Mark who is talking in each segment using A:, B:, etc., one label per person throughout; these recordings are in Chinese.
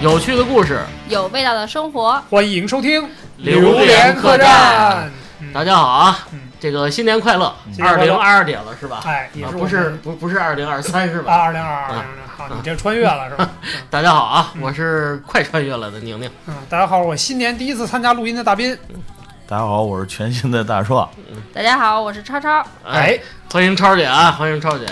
A: 有趣的故事。
B: 有味道的生活。
C: 欢迎收听《
A: 榴
C: 莲
A: 莲客
C: 栈
A: 栈》
C: 嗯。
A: 大家好啊
C: 嗯，
A: 这个新年快乐，
C: 新年
A: 二
C: 快
A: 零
C: 乐
A: 二二年了是吧？
C: 哎，也
A: 啊
C: 是
A: 不
C: 我们
A: 是不不是二零二三是
C: 啊，
A: 吧？
C: 二零二二，好，你这穿越
A: 啊
C: 了是吧？
A: 大家好啊，
C: 嗯
A: 我是快穿越了的宁宁。
C: 嗯，大家好，我新年第一次参加录音的大斌，
D: 大家好，我是全新的 大硕。
B: 大家好，我是超超。
C: 哎，
A: 欢迎超姐啊，欢迎超姐。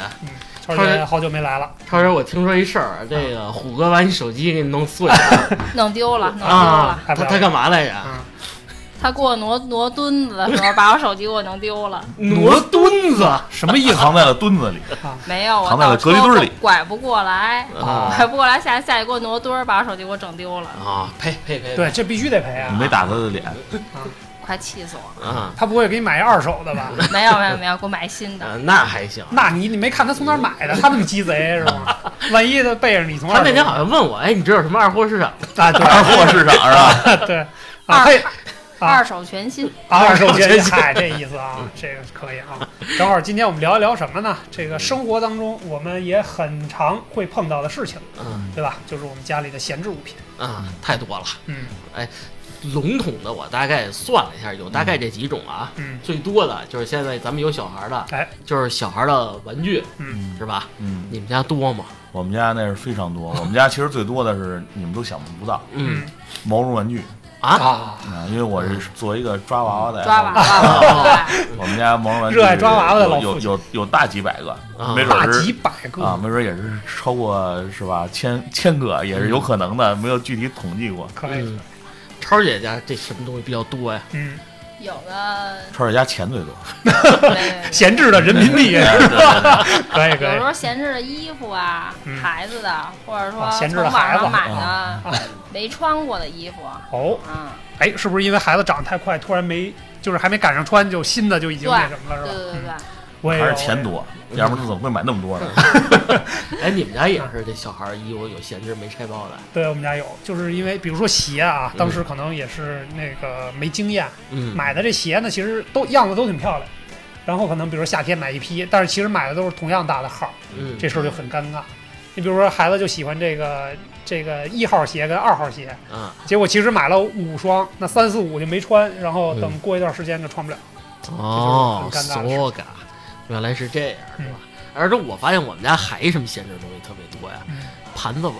C: 超
A: 超
C: 姐
A: 姐
C: 好久没来了，
A: 超姐，我听说一事
C: 啊
A: 儿，啊这个虎哥把你手机给你弄碎了
B: 弄丢了，弄丢了。
A: 啊！他
C: 太不容易
A: 他干嘛来着？
B: 他给我挪挪墩子的时候，把我手机给我弄丢了。
A: 挪墩子
D: 什么意思？藏在了 墩子里。
B: 没有，我
D: 藏在
B: 倒
D: 了
B: 车
D: 隔离墩儿里
B: 拐不过来，
A: 啊
B: 拐不过来，下下去给我挪墩儿，把我手机给我整丢了，
A: 啊！呸呸呸！
C: 对，这必须得赔啊，
D: 你没打他的脸，
B: 快气死我！
A: 啊，
C: 他不会给你买一二手 的吧？
B: 了！没有没有没有，给我买新的。
A: 呃那还行。
C: 那你你没看他从哪儿买的？他那么鸡贼是吗？ 万一他背着你从
A: 他那天好像
C: 像
A: 问我，哎，你知道有什么二货市场？
C: 啊，对
D: 二货市场是 吧？
C: 对啊，他也啊
B: 二手全新，
C: 二手全新，哎，这意思啊，
A: 嗯
C: 这个可以啊。正好今天我们聊一聊什么呢？这个生活当中我们也很常会碰到的事情，
A: 嗯
C: 对吧？就是我们家里的闲置物品。
A: 啊，太多了。
C: 嗯
A: 笼统的我大概算了一下，有大概这几种啊。
C: 嗯，
A: 最多的就是现在咱们有小孩的，
C: 哎，
A: 就是小孩的玩具
D: 嗯
A: 是吧？
D: 嗯，
A: 你们家多吗？
D: 我们家那是非常多。我们家其实最多的是你们都想不到
A: 嗯
D: 毛绒玩具
A: 啊，
C: 啊，
D: 啊，因为我是做一个抓娃娃的。
B: 抓娃。娃
A: 哦
B: 了，
D: 我们家毛绒玩具
C: 热爱抓娃娃的老
D: 有
C: 父亲
D: 有有有大几百个
A: 啊，
D: 没准
C: 大
D: 儿
C: 几
D: 是
C: 百个
D: 啊，没准儿也是超过是吧？千千个也是有可能
C: 嗯
D: 的，没有具体统计过。
C: 可以。
A: 嗯，超姐家这什么东西比较多呀？
C: 嗯，
B: 有的
D: 超姐家钱最多，
B: 对对对
C: 闲置的人民 币， 可以
B: 有
C: 可
B: 时
C: 以。
B: 候闲置的衣服啊
C: 嗯，
B: 孩子的，或者说
C: 啊闲置的
B: 从网
C: 孩子
B: 上买
D: 啊
B: 的没穿过的衣服，
C: 哦，
B: 嗯，
C: 哎，是不是因为孩子长得太快，突然没就是还没赶上穿，就新的就已经那什么了，
B: 对
C: 是吧？
B: 对对对，
C: 我也
D: 还
C: 有
D: 是钱。多，
C: 哎
D: 要不然他怎么会买那么多呢？
A: 哎，你们家也是这小孩衣服有闲置没拆包的？
C: 对我们家有，就是因为比如说鞋
D: 嗯
C: 啊，当时可能也是那个没经验，
A: 嗯，
C: 买的这鞋呢，其实都样子都挺漂亮。然后可能比如说夏天买一批，但是其实买的都是同样大的号，
A: 嗯
C: 这事儿就很尴尬。你比如说孩子就喜欢这个这个一号鞋跟二号鞋，
A: 啊
C: 结果其实买了五双，那三四五就没穿，然后等过一段时间就穿不了。
A: 哦，
C: 这就是很尴尬的事
A: 所嘎，原来是这样是
C: 嗯
A: 吧？而且我发现我们家还有什么闲置的东西特别多呀，
C: 嗯
A: 盘子碗，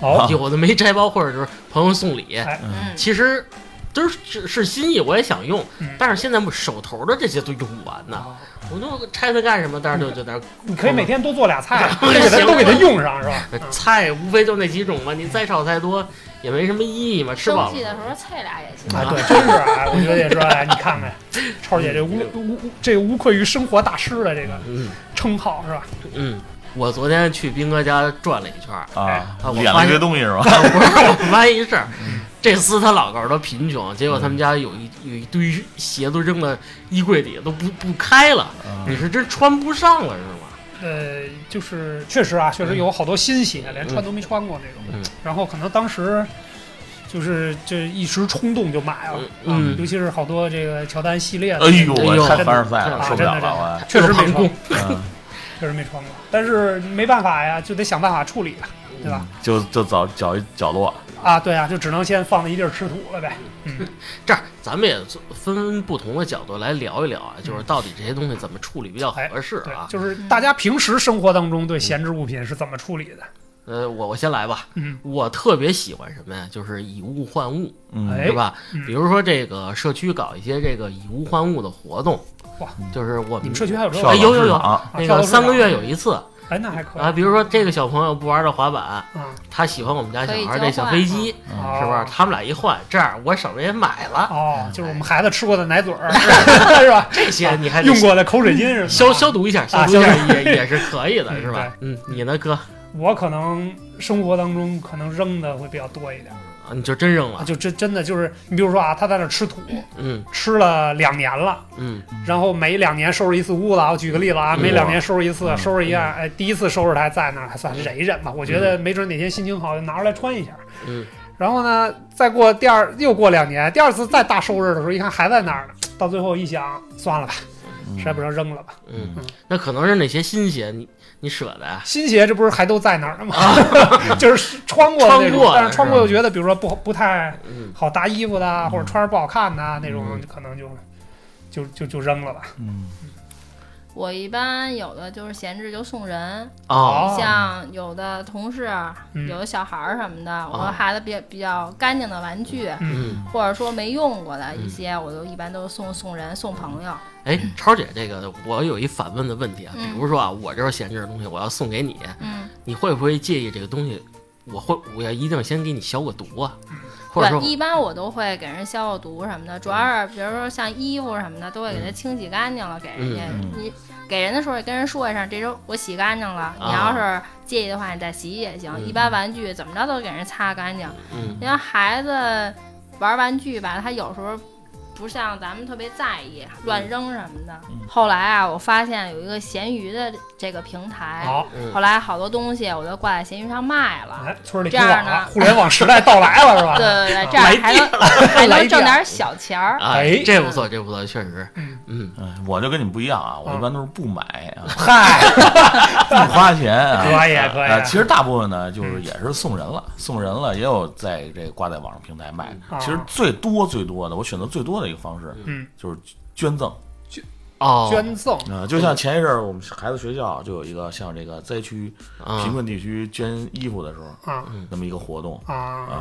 C: 哦，
A: 有的没拆包，或者就是朋友送礼，
C: 哎
B: 嗯，
A: 其实都是是是心意，我也想用，
C: 嗯
A: 但是现在我手头的这些都用不完呢，我就拆它干什么？但是就就点
C: 你可以每天多做俩
A: 嗯
C: 菜，
A: 啊
C: 都给它都给它用上是吧？嗯
A: 呃菜，无非就那几种嘛，你再炒太多也没什么意义嘛，吃
B: 生
A: 饱
B: 气的时
A: 了。
B: 候菜俩也行。
C: 啊，对，真是哎，我觉得也是哎，你看看，超姐这无无无这个无愧于生活大师的这个
A: 嗯
C: 称号是吧？
A: 嗯，我昨天去斌哥家转了一圈儿，
D: 啊
A: 哎，
D: 敛了一堆东西是 吧？
A: 我说我发现一事儿，这厮他老告诉他贫穷，结果他们家有一有一堆鞋都扔到衣柜里都不不开了，
D: 啊
A: 你是真穿不上了是吗？
C: 呃，就是确实啊，确实有好多新鞋，连穿都没穿过那种。
A: 嗯
C: 然后可能当时就是这一时冲动就买了，
A: 嗯
C: 啊尤其是好多这个乔丹系列的，
D: 哎呦，
A: 哎呦
D: 我太凡尔赛了，
C: 啊
D: 受不了了，
C: 确实
A: 有
C: 没穿
A: 膀
C: 过
A: 胱，
D: 我嗯。
C: 确实没穿过。但是没办法呀，就得想办法处理啊，对吧？
D: 嗯就就找找一角落，
C: 啊，对啊，就只能先放在一地儿吃土了呗。嗯
A: 这样，咱们也分不同的角度来聊一聊啊，就是到底这些东西怎么处理比较合适
C: 嗯哎对
A: 啊，？
C: 就是大家平时生活当中对闲置物品是怎么处理的？
A: 呃，我我先来吧。
C: 嗯，
A: 我特别喜欢什么呀？就是以物换物，
D: 嗯，
C: 哎
A: 是吧
C: 嗯？
A: 比如说这个社区搞一些这个以物换物的活动，
C: 哇，
A: 就是我
C: 你
A: 们
C: 们社区还有这啊
D: 跳蚤
A: 哎
C: 个？
A: 有有
D: 市
A: 有
D: 场
A: 那个三个月有一次
C: 哎，那还可以
A: 啊，比如说这个小朋友不玩这滑板，
C: 啊
A: 他喜欢我们家小
B: 可以
A: 孩
B: 交
A: 这小
B: 换
A: 飞机，
D: 嗯
C: 啊，
A: 是不是？他们俩一换，这样我省着也买了。
C: 哦，就是我们孩子吃过的奶嘴 儿，是吧？
A: 这些你还得
C: 用过的口水巾什么的。
A: 消消毒一下，消
C: 啊
A: 毒一下
C: 消
A: 也也是可以的，
C: 嗯
A: 是吧？嗯，你呢，哥？
C: 我可能生活当中可能扔的会比较多一点，
A: 啊，你就真扔
C: 啊，
A: 了。
C: 就真真的就是，你比如说啊，他在那儿吃土，
A: 嗯
C: 吃了两年了，
A: 嗯
C: 然后每两年收拾一次屋子啊，我举个例子啊，
A: 嗯
C: 每两年收拾一次，
D: 嗯
C: 收拾一样，哎，第一次收拾它还在那儿，还算忍一忍吧，我觉得没准哪天心情好就拿出来穿一下。
A: 嗯，
C: 然后呢，再过第二又过两年，第二次再大收拾的时候，一看还在那儿呢，到最后一想，算了吧，实在不行扔了吧。
A: 嗯，那可能是哪些新鞋你你舍得呀？
C: 新鞋这不是还都在哪儿呢吗？
D: 啊
C: 就是穿过的那
A: 穿
C: 种
A: 过，的
C: 但是穿过
D: 是吧
C: 又觉得，比如说不好不太
A: 嗯
C: 好搭衣服的啊，或者穿着不好看的啊那种
A: 嗯，
C: 可能就就就就扔了吧。
D: 嗯
B: 我一般有的就是闲置就送人，
A: 哦，
C: 哦
B: 像有的同事、
C: 嗯
B: 有的小孩儿什么的，我
A: 哦
B: 和孩子比较比较干净的玩具，
A: 嗯，
B: 或者说没用过的一些，我就一般都送送人、送朋友。
A: 哎，超姐，这个我有一反问的问题啊，比
B: 嗯
A: 如说啊，我这儿闲置的东西，我要送给你，
B: 嗯，
A: 你会不会介意这个东西？我会，我要一定先给你消个毒啊，或者
B: 对，
A: 说，
B: 一般我都会给人消消毒什么的，主要是比如说像衣服什么的，都会给
A: 嗯
B: 它清洗干净了，给人家。
D: 嗯
B: 你给人的时候也跟人说一声，这周我洗干净了，你要是介意的话，你再洗洗也行。
A: 啊嗯
B: 一般玩具怎么着都给人擦干净。
A: 嗯
B: 你像孩子玩玩具吧，他有时候不像咱们特别在意，乱扔什么的。
D: 嗯
B: 后来啊，我发现有一个闲鱼的这个平台，
C: 好，
A: 嗯
B: 后来好多东西我都挂在闲鱼上卖了。
C: 哦哎，村里
B: 这
C: 不网
B: 样
C: 了，
B: 呢
C: 互联网时代到来了是 吧？
B: 对对对，这样
A: 来
B: 还能还
C: 来
B: 能
C: 电
B: 挣点小钱儿。
A: 啊，
C: 哎
A: 这不错，这不错，确实，
C: 嗯
A: 嗯，
D: 哎，我就跟你不一样啊，我
C: 嗯
D: 一般都是不买 啊，
C: 嗨，
D: 不花钱啊。
C: 可以可
D: 啊，
C: 以，
D: 其实大部分呢，
C: 嗯
D: 就是也是送人了，送人了，也有在这个挂在网上平台卖
C: 嗯。
D: 其实最多最多的，我选择最多的一个方式，
C: 嗯，
D: 就是捐赠。
A: 哦，
C: 捐赠
D: 啊，就像前一阵儿我们孩子学校就有一个像这个灾区贫
A: 嗯
D: 困地区捐衣服的时候，
C: 啊
D: 那么一个活动
C: 啊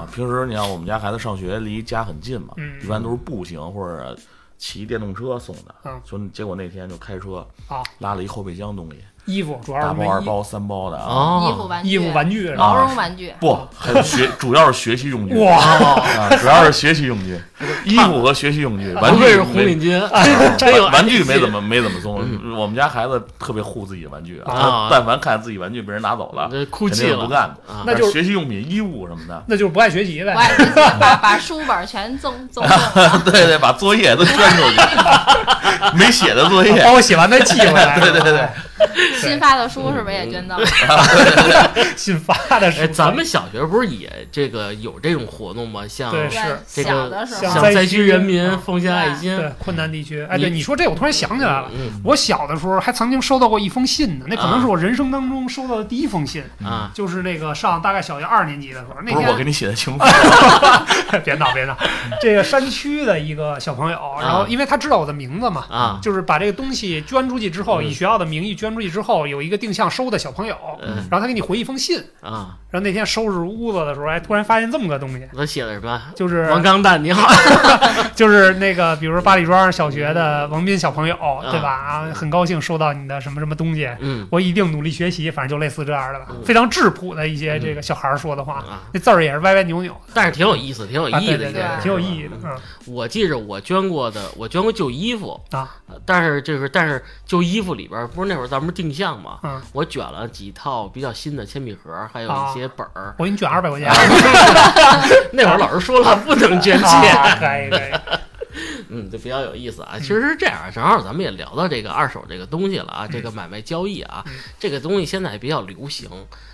D: 啊。平时你看我们家孩子上学离家很近嘛，
C: 嗯
D: 一般都是步行或者骑电动车送的
C: 嗯。
D: 说结果那天就开车
C: 啊！
D: 拉了一后备箱东西，
C: 衣服主要是
D: 大
C: 什
D: 包、二
C: 么
D: 包、啊三包的啊。
B: 衣服
A: 哦，
B: 玩具、
C: 衣衣服、玩哦具是吧？
B: 毛绒玩具，
D: 不，还 有学，主要是学习用具。
C: 哇，
A: 哦，
D: 啊，主要是学习用具，衣服和学习用
C: 啊
D: 具，玩
A: 不
D: 具
A: 愧是
D: 没
A: 红领巾，真真有
D: 玩玩具没怎
A: 么
D: 么没怎么送，我们家孩子特别护自己的玩具
A: 啊
D: 他但凡看自己玩具被人拿走了，
A: 哭
D: 肯
A: 泣
D: 定是
A: 了，
D: 不干的。
A: 啊
C: 那就是
D: 学习用品、衣物什么的，
C: 那就是不爱学习
B: 我
C: 呗。
B: 爱自己把把书本全赠赠 送了。
D: 对对，把作业都捐出去，没写的作业，
C: 帮我写完再寄回来。 啊
D: 对对对对，
B: 新发的书是不是
A: 嗯
B: 也捐赠了？
C: 新发的
A: 哎，
C: 是
A: 咱们小学不是也这个有这种活动吗？像
C: 对
A: 这
B: 对，
A: 个
B: 小的时
A: 像
B: 候
C: 像
A: 灾
C: 灾
A: 区
C: 区
A: 人民
C: 嗯
A: 奉献爱心，
C: 对困难地区。哎，
A: 你
C: 对你说这，我突然想起来了。
A: 嗯
C: 我小的时候还曾经收到过一封信呢，那
A: 啊
C: 可能是我人生当中收到的第一封信，
A: 嗯啊，
C: 就是那个上大概小学二年级的时候，那
D: 不是我
C: 天
D: 给你写的情况，
C: 别闹 别闹，这个山区的一个小朋友，然后因为他知道我的名字嘛，
A: 啊
C: 就是把这个东西捐出去之后，
A: 嗯
C: 以学校的名义捐出去之后，有一个定向收的小朋友，
A: 嗯
C: 然后他给你回一封信，
A: 啊，
C: 然后那天收拾屋子的时候，哎，突然发现这么个东西，
A: 他写的什么？
C: 就是
A: 王刚蛋，你好，
C: 就是那个，比如说八里庄小学的王斌小朋友，对吧？啊，很高兴收到你的什么什么东西，
A: 嗯
C: 我一定努力学习，反正就类似这样的吧，
A: 嗯
C: 非常质朴的一些这个小孩儿说的话，
A: 啊，
C: 那字儿也是歪歪扭扭
A: 但是挺有意思，挺有
C: 的，
A: 意义
C: 啊、
A: 的
C: 对对
A: 一件
C: 对，
A: 事，
C: 挺有意义的
A: 是吧。
C: 嗯
A: 我记着我捐过的，我捐过旧衣服
C: 啊，
A: 呃但是就是但是旧衣服里边儿不是那会儿咱们不是定向嘛，
C: 嗯，
A: 我卷了几套比较新的铅笔盒，还有
C: 啊
A: 一些本儿。
C: 我给你卷二百块钱，
A: 啊 那会儿老师说了不能捐钱，
C: 啊可以可以，
A: 嗯，就比较有意思啊。其实是这样，正好咱们也聊到这个二手这个东西了啊，这个买卖交易啊
C: 嗯，
A: 这个东西现在比较流行。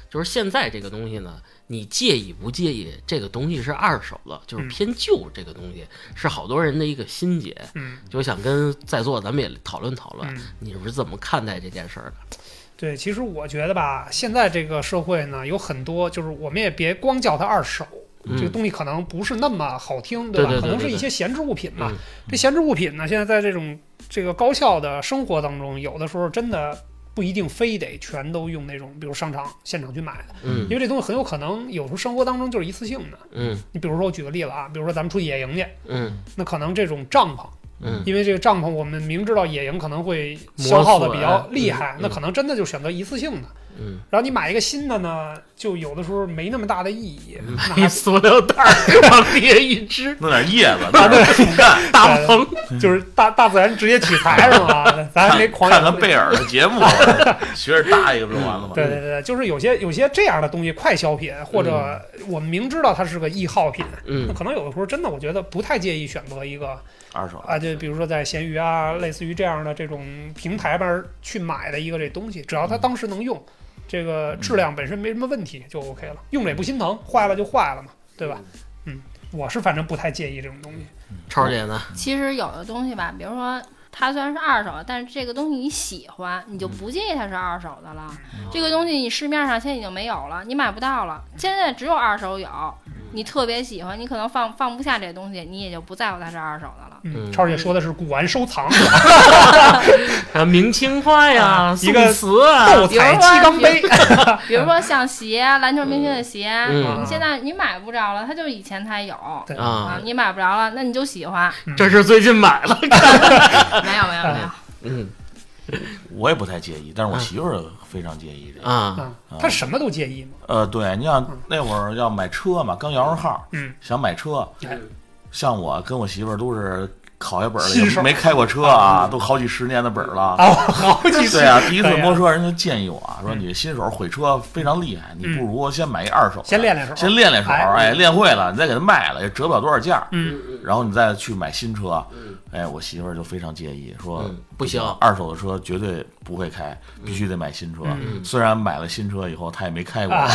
A: 就是现在这个东西呢，你介意不介意？这个东西是二手的，就是
C: 嗯
A: 偏旧这个东西是好多人的一个心结。
C: 嗯
A: 就想跟在座咱们也讨论讨论，
C: 嗯。
A: 你 是怎么看待这件事儿的？
C: 对，其实我觉得吧，现在这个社会呢，有很多就是我们也别光叫它二手，
A: 嗯
C: 这个东西可能不是那么好听，
A: 对
C: 吧？
A: 对对
C: 可能是
A: 对
C: 一
A: 对
C: 些闲置物品嘛。
A: 嗯
C: 这闲置物品呢，现在在这种这个高效的生活当中，有的时候真的。不一定非得全都用那种，比如商场现场去买，因
A: 嗯
C: 为这东西很有可能有时候生活当中就是一次性的。
A: 嗯
C: 你比如说，我举个例子啊，比如说咱们出去野营去，
A: 嗯
C: 那可能这种帐篷，
A: 嗯
C: 因为这个帐篷我们明知道野营可能会消耗的比较厉害
A: 磨损，嗯
C: 那可能真的就选择一次性的。
A: 嗯，
C: 然后你买一个新的呢，就有的时候没那么大的意义。那
A: 一
C: 还
A: 塑料袋 儿往地下一支，
D: 弄点叶子，弄点树干，
A: 大棚，
C: 就是大大自然直接取材是吗？ 咱还没狂
D: 看看贝尔的节目，学着搭一个不就完了吗？
C: 对对对，就是有些有些这样的东西，快消品或者我们明知道它是个易耗品，那
A: 嗯
C: 可能有的时候真的我觉得不太介意选择一个
D: 二手
C: 啊，就比如说在闲鱼啊，类似于这样的这种平台边儿去买的一个这东西，只要它当时能用，这个质量本身没什么问题就 OK 了，用着也不心疼，坏了就坏了嘛，对吧？嗯，我是反正不太介意这种东西。
A: 超姐呢？
B: 其实有的东西吧，比如说它虽然是二手，但是这个东西你喜欢，你就
A: 嗯
B: 不介意它是二手的了。这个东西你市面上现在已经没有了，你买不到了，现在只有二手有。
A: 嗯
B: 你特别喜欢，你可能放放不下这东西，你也就不在乎它是二手的了。
A: 嗯
C: 嗯，超姐说的是古玩 收藏，
A: 啊，明清画呀，
C: 啊
A: 宋
C: 一个
A: 词 啊，
C: 斗彩七缸杯，
B: 比如说像鞋，篮球明星的鞋，
A: 嗯
B: 你现在你买不着了，它就以前才有。
C: 对
A: 啊，
B: 你买不着了，那你就喜 欢。
A: 这是最近买了，
B: 没有没有没有，
A: 嗯
D: 我也不太介意，但是我
A: 嗯
D: 媳妇儿非常介意这个。嗯
A: 啊，
C: 啊，他什么都介意嘛，
D: 呃，对，你像那会儿要买车嘛，刚摇上号，
C: 嗯，
D: 想买车
C: 哎，
D: 像我跟我媳妇儿都是考下本儿了，
C: 新
D: 也
C: 手
D: 没开过车啊，都好几十年的本儿了。
C: 啊，好几次
D: 对啊，第一次
C: 可以啊
D: 摸车，人就建议我啊说：“你新手毁车非常厉害，你不如先买一二手的，
C: 嗯先练练手，
D: 先练练手，
C: 哎
D: 哎，练会了，你再给它卖了，也折不了多少价，
C: 嗯，
D: 然后你再去买新车。”哎，我媳妇儿就非常介意，说
A: 嗯不行
D: 二手的车绝对不会开，必须得买新车。
C: 嗯
D: 虽然买了新车以后她也没开过，
C: 啊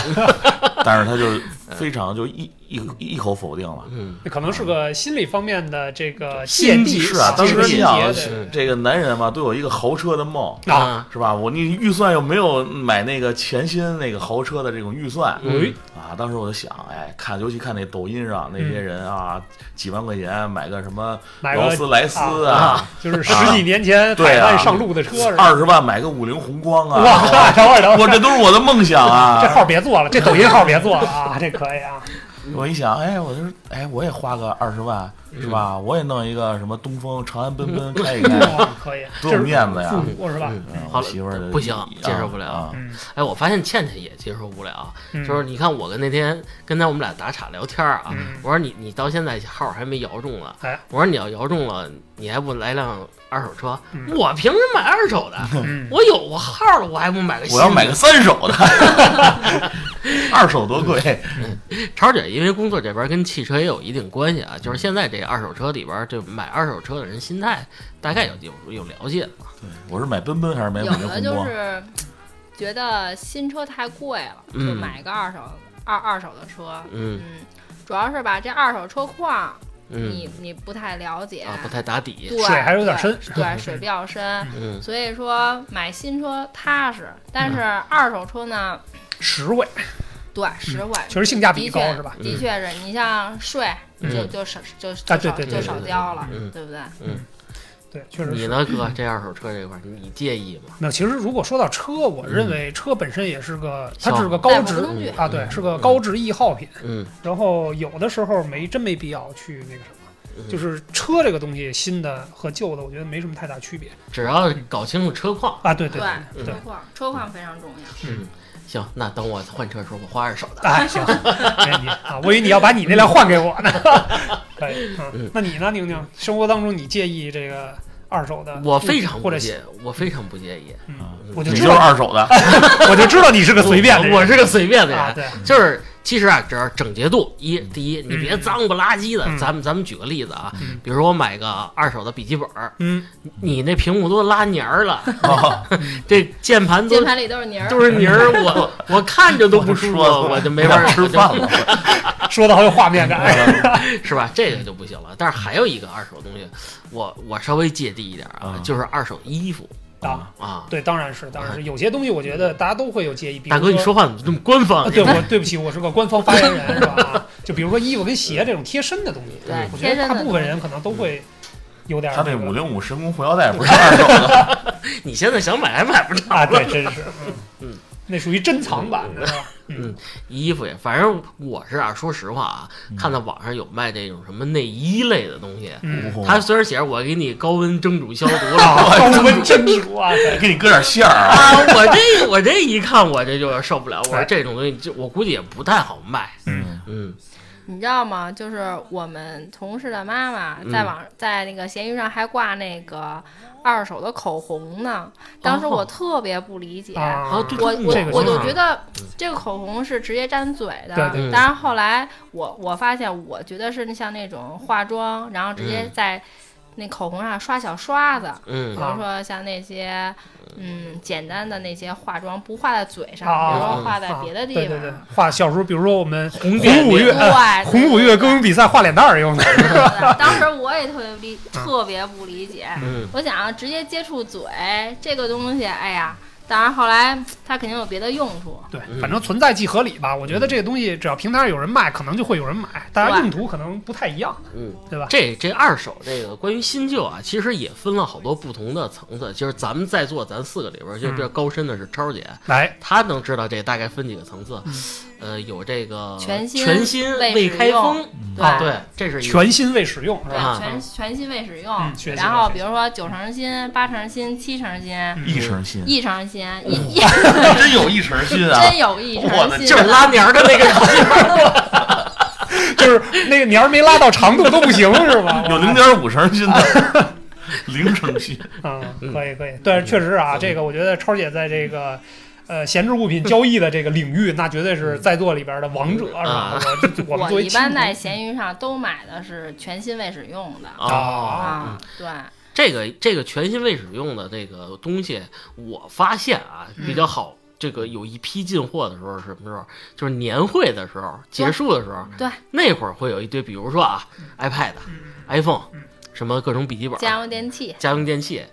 D: 但是她就非常就一一一口否定了。
A: 嗯，
C: 可能是个心理方面的这个芥
D: 心
C: 蒂，
D: 计是啊，当
C: 这
D: 时
C: 个
D: 你
C: 心
D: 想
C: 结对
D: 这个男人嘛，都有一个豪车的梦。
C: 啊，
A: 啊，
D: 是吧？我你预算又没有买那个全新那个豪车的这种预算，
A: 嗯
D: 啊，当时我就想，哎，看尤其看那抖音上那些
A: 嗯
D: 人啊，几万块钱买个什么
C: 买
D: 劳
C: 个
D: 斯莱斯
A: 啊
D: 啊，
C: 就是十几年前
D: 对
C: 百
D: 啊
C: 万上路的车是吧？
D: 二十万买个五菱宏光
C: 哇，
D: 啊，
C: 等会儿等会
D: 我
C: 儿，
D: 这都是我的梦想
C: 这
D: 啊！
C: 号别做了，这抖音号别做了啊，这可以 啊，
D: 我一想，哎，我就说，哎，我也花个二十万是吧？
A: 嗯
D: 我也弄一个什么东风长安奔奔开 一开，
C: 哇，可以，
D: 哎多有面子呀
C: 这是父母是吧？
D: 嗯
A: 好
D: 我
A: 了
D: 媳妇儿就
A: 不行接受不了
D: 啊
C: 嗯，
A: 哎，我发现倩倩也接受不了，
C: 嗯
A: 就是你看我跟那天刚才我们俩打岔聊天儿啊，
C: 嗯
A: 我说你你到现在号还没摇中了，
C: 哎
A: 我说你要摇中了，你还不来辆二手车？
C: 嗯
A: 我凭什么买二手的？
C: 嗯
A: 我有过号了，我还不买个新
D: 我
A: 的？
D: 要买个三 手的，二手多贵。
A: 超姐，因为工作这边跟汽车也有一定关系啊，就是现在这二手车里边，这买二手车的人心态大概有有有了解吗？
D: 我是买奔奔还是买五
B: 有
D: 菱
B: 的
D: 宏
B: 就
D: 光？
B: 是觉得新车太贵了，就
A: 嗯
B: 买个二手二二手的车。
A: 嗯
B: 嗯，主要是吧，这二手车况
A: 嗯
B: 你你不太了解，
A: 啊，不太打底，
B: 对，
C: 水还有点深
B: 对，对，水比较深。
A: 嗯
B: 所以说买新车踏实，但是二手车呢，
C: 实惠，
B: 对实惠，
C: 确实性价比
B: 的
C: 高
B: 确
C: 是吧？
B: 的确是你像税就
A: 嗯
B: 就少就
C: 啊
B: 就
C: 对
B: 少
C: 对
A: 对
B: 就少
A: 对
B: 交了
A: 嗯，
B: 对不对？
C: 对，确实
A: 你
C: 是。
A: 呢，哥？这二手车这块儿，你介意吗？
C: 那其实如果说到车，
D: 嗯
C: 我认为车本身也是个，它
A: 消
C: 是个
B: 代
C: 高
B: 步
C: 值
B: 工具
C: 啊，
D: 嗯
C: 对，是个高值易耗品。
A: 嗯
C: 然后有的时候没真没必要去那个什么
A: 嗯，
C: 就是车这个东西，新的和旧的，我觉得没什么太大区别
A: 只要搞清楚车况。
C: 啊。对对
B: 对，
D: 嗯
C: 对
B: 车，况车况非常重要。
A: 行，那等我换车的时候，我换二手的。
C: 哎，行，没问题啊。我以为你要把你那辆换给我呢。 可以，
A: 嗯
C: 嗯，那你呢，宁宁？生活当中你介意这个二手的物品？
A: 我非常
C: 或
A: 不
C: 者
A: 介，我非常不介意。
C: 嗯，
A: 嗯
C: 我
D: 你
C: 就
D: 就
C: 知
D: 是
C: 道，
D: 二手 的，
C: 我就知道你是个随便的人
A: 我我是个随便的
C: 啊。
A: 人，
C: 对，
A: 就是其实啊，只要整洁度，一第一，你别
C: 嗯
A: 脏不拉几的。
C: 嗯
A: 咱们咱们举个例子啊
C: 嗯，
A: 比如说我买个二手的笔记本儿，
C: 嗯，
A: 你那屏幕都拉泥儿了，
D: 啊
A: 这键盘都
B: 键盘里都是泥儿，
A: 都是泥 儿，我我看着都不舒服，
D: 我就说了
A: 我就没法儿
D: 吃饭了。
C: 说的好有画面
D: 哎
C: 感。
A: 是吧？这个就不行了。但是还有一个二手东西，我我稍微芥蒂一点啊
D: 啊，
A: 就是二手衣服
C: 啊，
A: 啊。
C: 对，当然是，当然是，有些东西我觉得大家都会有介意。比如
A: 大哥，你
C: 说
A: 说话怎么这么官方
C: 啊，
A: 啊？
C: 对我对不起，我是个官方发言人，是吧？啊就比如说衣服跟鞋这种贴身的东西，
B: 对
C: 我觉
B: 贴
C: 得
B: 身的
C: 大部分人可能都会有点儿
D: 他那
C: 个
D: 五零五神功护腰带不是二手的，
A: 你现在想买还买不着。
C: 啊，对，真是，
A: 嗯
C: 嗯，那属于珍藏版的，是吧？
A: 嗯，衣服也，反正我是啊，说实话啊，看到网上有卖这种什么内衣类的东西，
C: 嗯，
A: 它虽然写着我给你高温蒸煮消毒了。
C: 啊，高温蒸煮啊， 对
D: 给你搁点馅儿啊。
A: 啊，我这我这一看，我这就受不了。我说
C: 哎
A: 这种东西，就我估计也不太好卖。
C: 嗯
A: 嗯
B: 你知道吗？就是我们同事的妈妈
A: 嗯
B: 在网、在那个闲鱼上还挂那个二手的口红呢，当
A: 哦
B: 时我特别不理解。
A: 啊，
C: 啊，
A: 对，
B: 我我
C: 这个
B: 我
C: 真
B: 就是觉得这个口红是直接沾嘴的，
C: 对
A: 对
B: 当然后来我我发现，我觉得是像那种化妆，然后直接在那口红上刷小刷子，比
A: 嗯
C: 啊
B: 如说像那些嗯简单的那些化妆不画在嘴上，
C: 啊
B: 比如
A: 啊
B: 说画在
C: 啊
B: 别的地
C: 对
B: 方。
C: 对对，画小时候，比如说我们红
A: 点
C: 五
B: 对
C: 月呃红五月歌咏
B: 对
C: 比赛画脸蛋儿用的，
B: 对 对当时我也特别不理，
C: 嗯
B: 特别不理解。
A: 嗯
B: 我想直接接触嘴这个东西，哎呀，当然后来它肯定有别的用处。
C: 对
A: 嗯，
C: 反正存在即合理吧。我觉得这个东西只要平台上有人卖，可能就会有人买，大家用途可能不太一样，
A: 嗯，
C: 对吧？
A: 这这二手这个关于新旧啊，其实也分了好多不同的层次。就是咱们在座咱四个里边儿，就比
C: 嗯
A: 较高深的是超姐，
C: 来，
A: 她能知道这大概分几个层次。
C: 嗯
A: 呃，有这个
B: 全新
A: 全新
B: 未
A: 未
B: 使
A: 开
B: 用
A: 封，
B: 对
A: 啊，对，这是一个
C: 全新未使用是
B: 对
C: 吧？
A: 啊
B: 全全新未使
C: 嗯
B: 用
C: 全新未使。用
B: 然后比如说九成新、八成新、七成新、
D: 一成新，
B: 一成新，一一
D: 真有一成新啊！
B: 真有一
D: 我
B: 成
D: 的？
B: 新，
A: 就是拉帘儿的 那个啊
C: 就是那个你要是没拉到长度都不行是吧
D: 有零点五成新的，零成新，
C: 啊，可以可以，对，确实啊，这个我觉得超姐在这个。呃，闲置物品交易的这个领域，那绝对是在座里边的王者，是吧
A: 啊？
C: 我这我们作
B: 嗯我
C: 为
B: 一
C: 亲
B: 般
C: 族
B: 在闲鱼上都买的是全新未使用的
C: 哦
A: 啊。
B: 啊，对，
A: 这个这个全新未使用的这个东西，我发现啊比
B: 嗯
A: 较好。这个有一批进货的时候是什么时候？就是年会的时候，结束的时候，
B: 对，嗯
A: 那会儿会有一堆，比如说啊，iPad、iPhone，什
C: 嗯
A: 么各种笔记本、
B: 家用电器，
A: 家用电器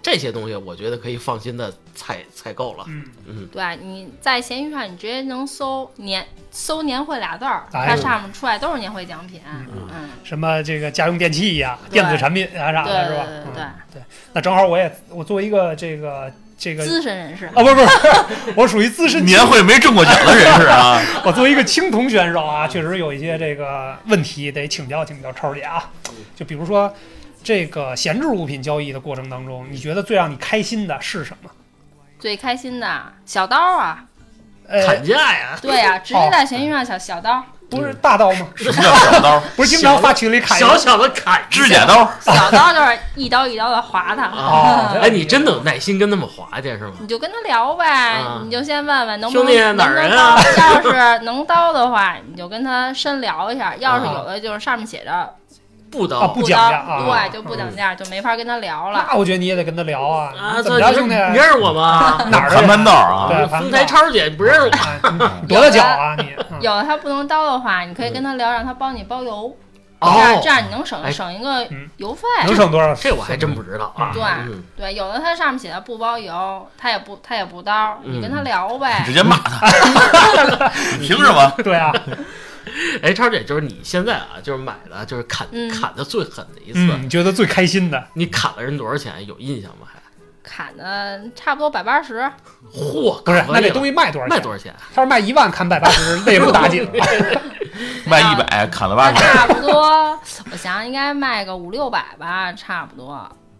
A: 这些东西，我觉得可以放心的采采购了。
C: 嗯，
A: 嗯，
B: 对，你在闲鱼上你直接能搜年搜年会俩字儿，
C: 哎
B: 它
C: 呦
B: 上面出来都是年会奖品，
C: 嗯
B: 嗯，
C: 什么这个家用电器呀、
B: 对
C: 电子产品啊啥
B: 对
C: 的，是吧？
B: 对对
C: 嗯那正好我也我作为一个这个这
B: 对，
C: 个
B: 资深人士，
C: 啊，不是不是，我属于资深
D: 年会没中过奖的人是啊，
C: 我作为一个青铜选手啊，确实有一些这个问题得请教请教超姐啊。就比如说，这个闲置物品交易的过程当中，你觉得最让你开心的是什么？
B: 最开心的小刀啊，
C: 呃，
A: 砍价呀，
B: 对呀、直接在闲鱼上小小刀，
C: 不是大刀吗？
D: 什么叫小刀？
C: 不是经常发群里砍一
A: 小小的砍
D: 指甲刀，
B: 小刀就是一刀一刀的划它。
A: 啊！
C: 哦
A: 哎，你真的有耐心跟他们划去是吗？
B: 你就跟他聊呗，
A: 啊
B: 你就先问问能不能
A: 兄弟哪儿人啊
B: 能不能 刀要是能刀的话，你就跟他深聊一下；要是
C: 啊
B: 有的就是上面写着
A: 不
C: 啊
A: 刀
C: 不
B: 刀，
C: 讲价啊
B: 对，就不讲
A: 嗯
B: 价，就没法跟他聊了。
C: 那我觉得你也得跟他聊啊，
A: 啊！
C: 你怎
A: 这
C: 么着，兄弟？
A: 你认识我 吗？
C: 哪儿的
D: 盘盘道啊？
C: 对，
A: 丰台超姐不 认识我，
C: 哎你多大脚啊你？嗯
B: 有的他不能刀的话，你可以跟他聊，让他帮你包邮，
A: 哦
B: 这样这样你能省
A: 哎
B: 省一个
C: 嗯
B: 邮费。
C: 能省多少？
A: 这我还真不知道啊。
B: 对
A: 嗯
B: 对，有的他上面写的不包邮，他也不他也不刀，你跟他
A: 嗯
B: 聊
D: 你
B: 呗
D: 直。接骂他，你凭什么？
C: 对啊，
A: 哎，超姐，就是你现在啊，就是买的，就是砍
B: 嗯
A: 砍的最狠的一
C: 嗯，
A: 次，
C: 你觉得最开心的？
A: 你砍了人多少钱？有印象吗？还
B: 砍的差不多百八十，
A: 嚯，
C: 不是，那这
A: 可
C: 东
A: 以
C: 西卖多
A: 了
C: 少钱？
A: 卖多少钱？
C: 他说卖一万砍百八十，那也不打紧。
D: 卖一百砍了八
B: 那
D: 十，
B: 差不多，我想想应该卖个五六百吧，差不多。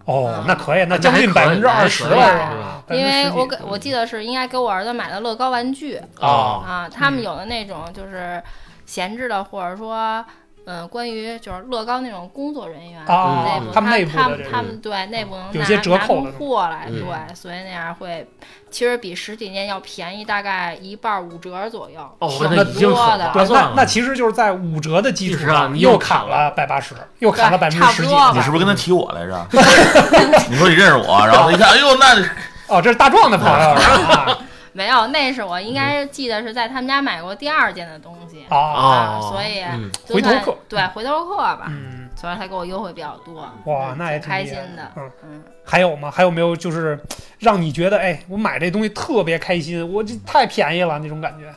C: 哦，那可以，那将近
A: 那还
C: 百
A: 可以
C: 分之
A: 那还
C: 二
A: 可以
C: 十
A: 对
C: 了，
A: 是吧
C: 吧？
B: 因为我
C: 百分之十几
B: 给我记得是应该给我儿子买的乐高玩具
A: 哦
B: 啊，他
C: 嗯
B: 们有的那种就是闲置的，或者说嗯，关于就是乐高那种工作人员内
C: 啊
B: 部，，
C: 他们内部
B: 他
C: 的
B: 们
C: 这
B: 他
C: 个
B: 们对内部能
C: 有
B: 拿
C: 些折扣
B: 拿
C: 的
B: 出货来，
A: 嗯
B: 对，所以那样会其实比实体店要便宜大概一半儿五折左右，
A: 哦
B: 省
A: 那
B: 得
A: 已经
B: 多
A: 很
B: 的
A: 划
C: 对，
A: 算
C: 那
A: 了
C: 那其实就是在五折的基础
A: 基础上你又
C: 又砍了百八十，又砍了百分
B: 对
C: 之
B: 差
C: 十
B: 不
C: 几。
B: 多
D: 你
B: 吧
D: 是。不是跟他提我来着？ 你说你认识我，然后他一看，哎呦，那
C: 哦，这是大壮的朋友
A: 啊
C: 啊是吧
B: 没有，那是
C: 嗯
B: 我应该记得是在他们家买过第二件的东西
C: 啊 啊，
B: 啊，
A: 哦
B: 所以
A: 嗯
B: 就
C: 回头
B: 算
C: 客
B: 对回头客吧，
C: 嗯，
B: 所以他给我优惠比较多。
C: 哇
B: 嗯
C: 那也
B: 挺
C: 挺
B: 开
C: 厉
B: 心
C: 害
B: 的。
C: 嗯
B: 嗯，
C: 还有吗？还有没有就是让你觉得哎，我买这东西特别开心，我这太便宜了那种感觉，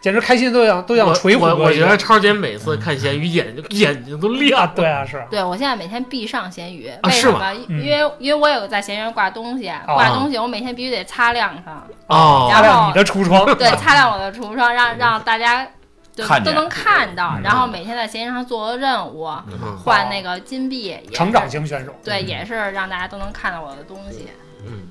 C: 简直开心都想都想
A: 我
C: 捶虎
A: 我
C: 哥
A: 我
C: 一
A: 觉
C: 样。
A: 得超姐每次看咸鱼眼睛眼睛都
C: 啊，
A: 亮了。
C: 对啊，是
B: 对我现在每天必上闲鱼，
A: 啊
B: 为
A: 是
B: 什
A: 吗
B: 么？因
C: 嗯
B: 因为因为我有在闲鱼上挂东西，啊挂
A: 哦
B: 东西我每天必须得擦亮它，
A: 哦
B: 然
C: 擦
B: 后
C: 亮你的橱窗，
B: 对，擦亮我的橱窗，让让大家就
D: 看见
B: 都能看到。
D: 嗯
B: 然后每天在闲鱼上做个任务，
A: 嗯
B: 换那个金币，也是
C: 成长型选手，
B: 对，也是让大家都能看到我的东西。
A: 嗯，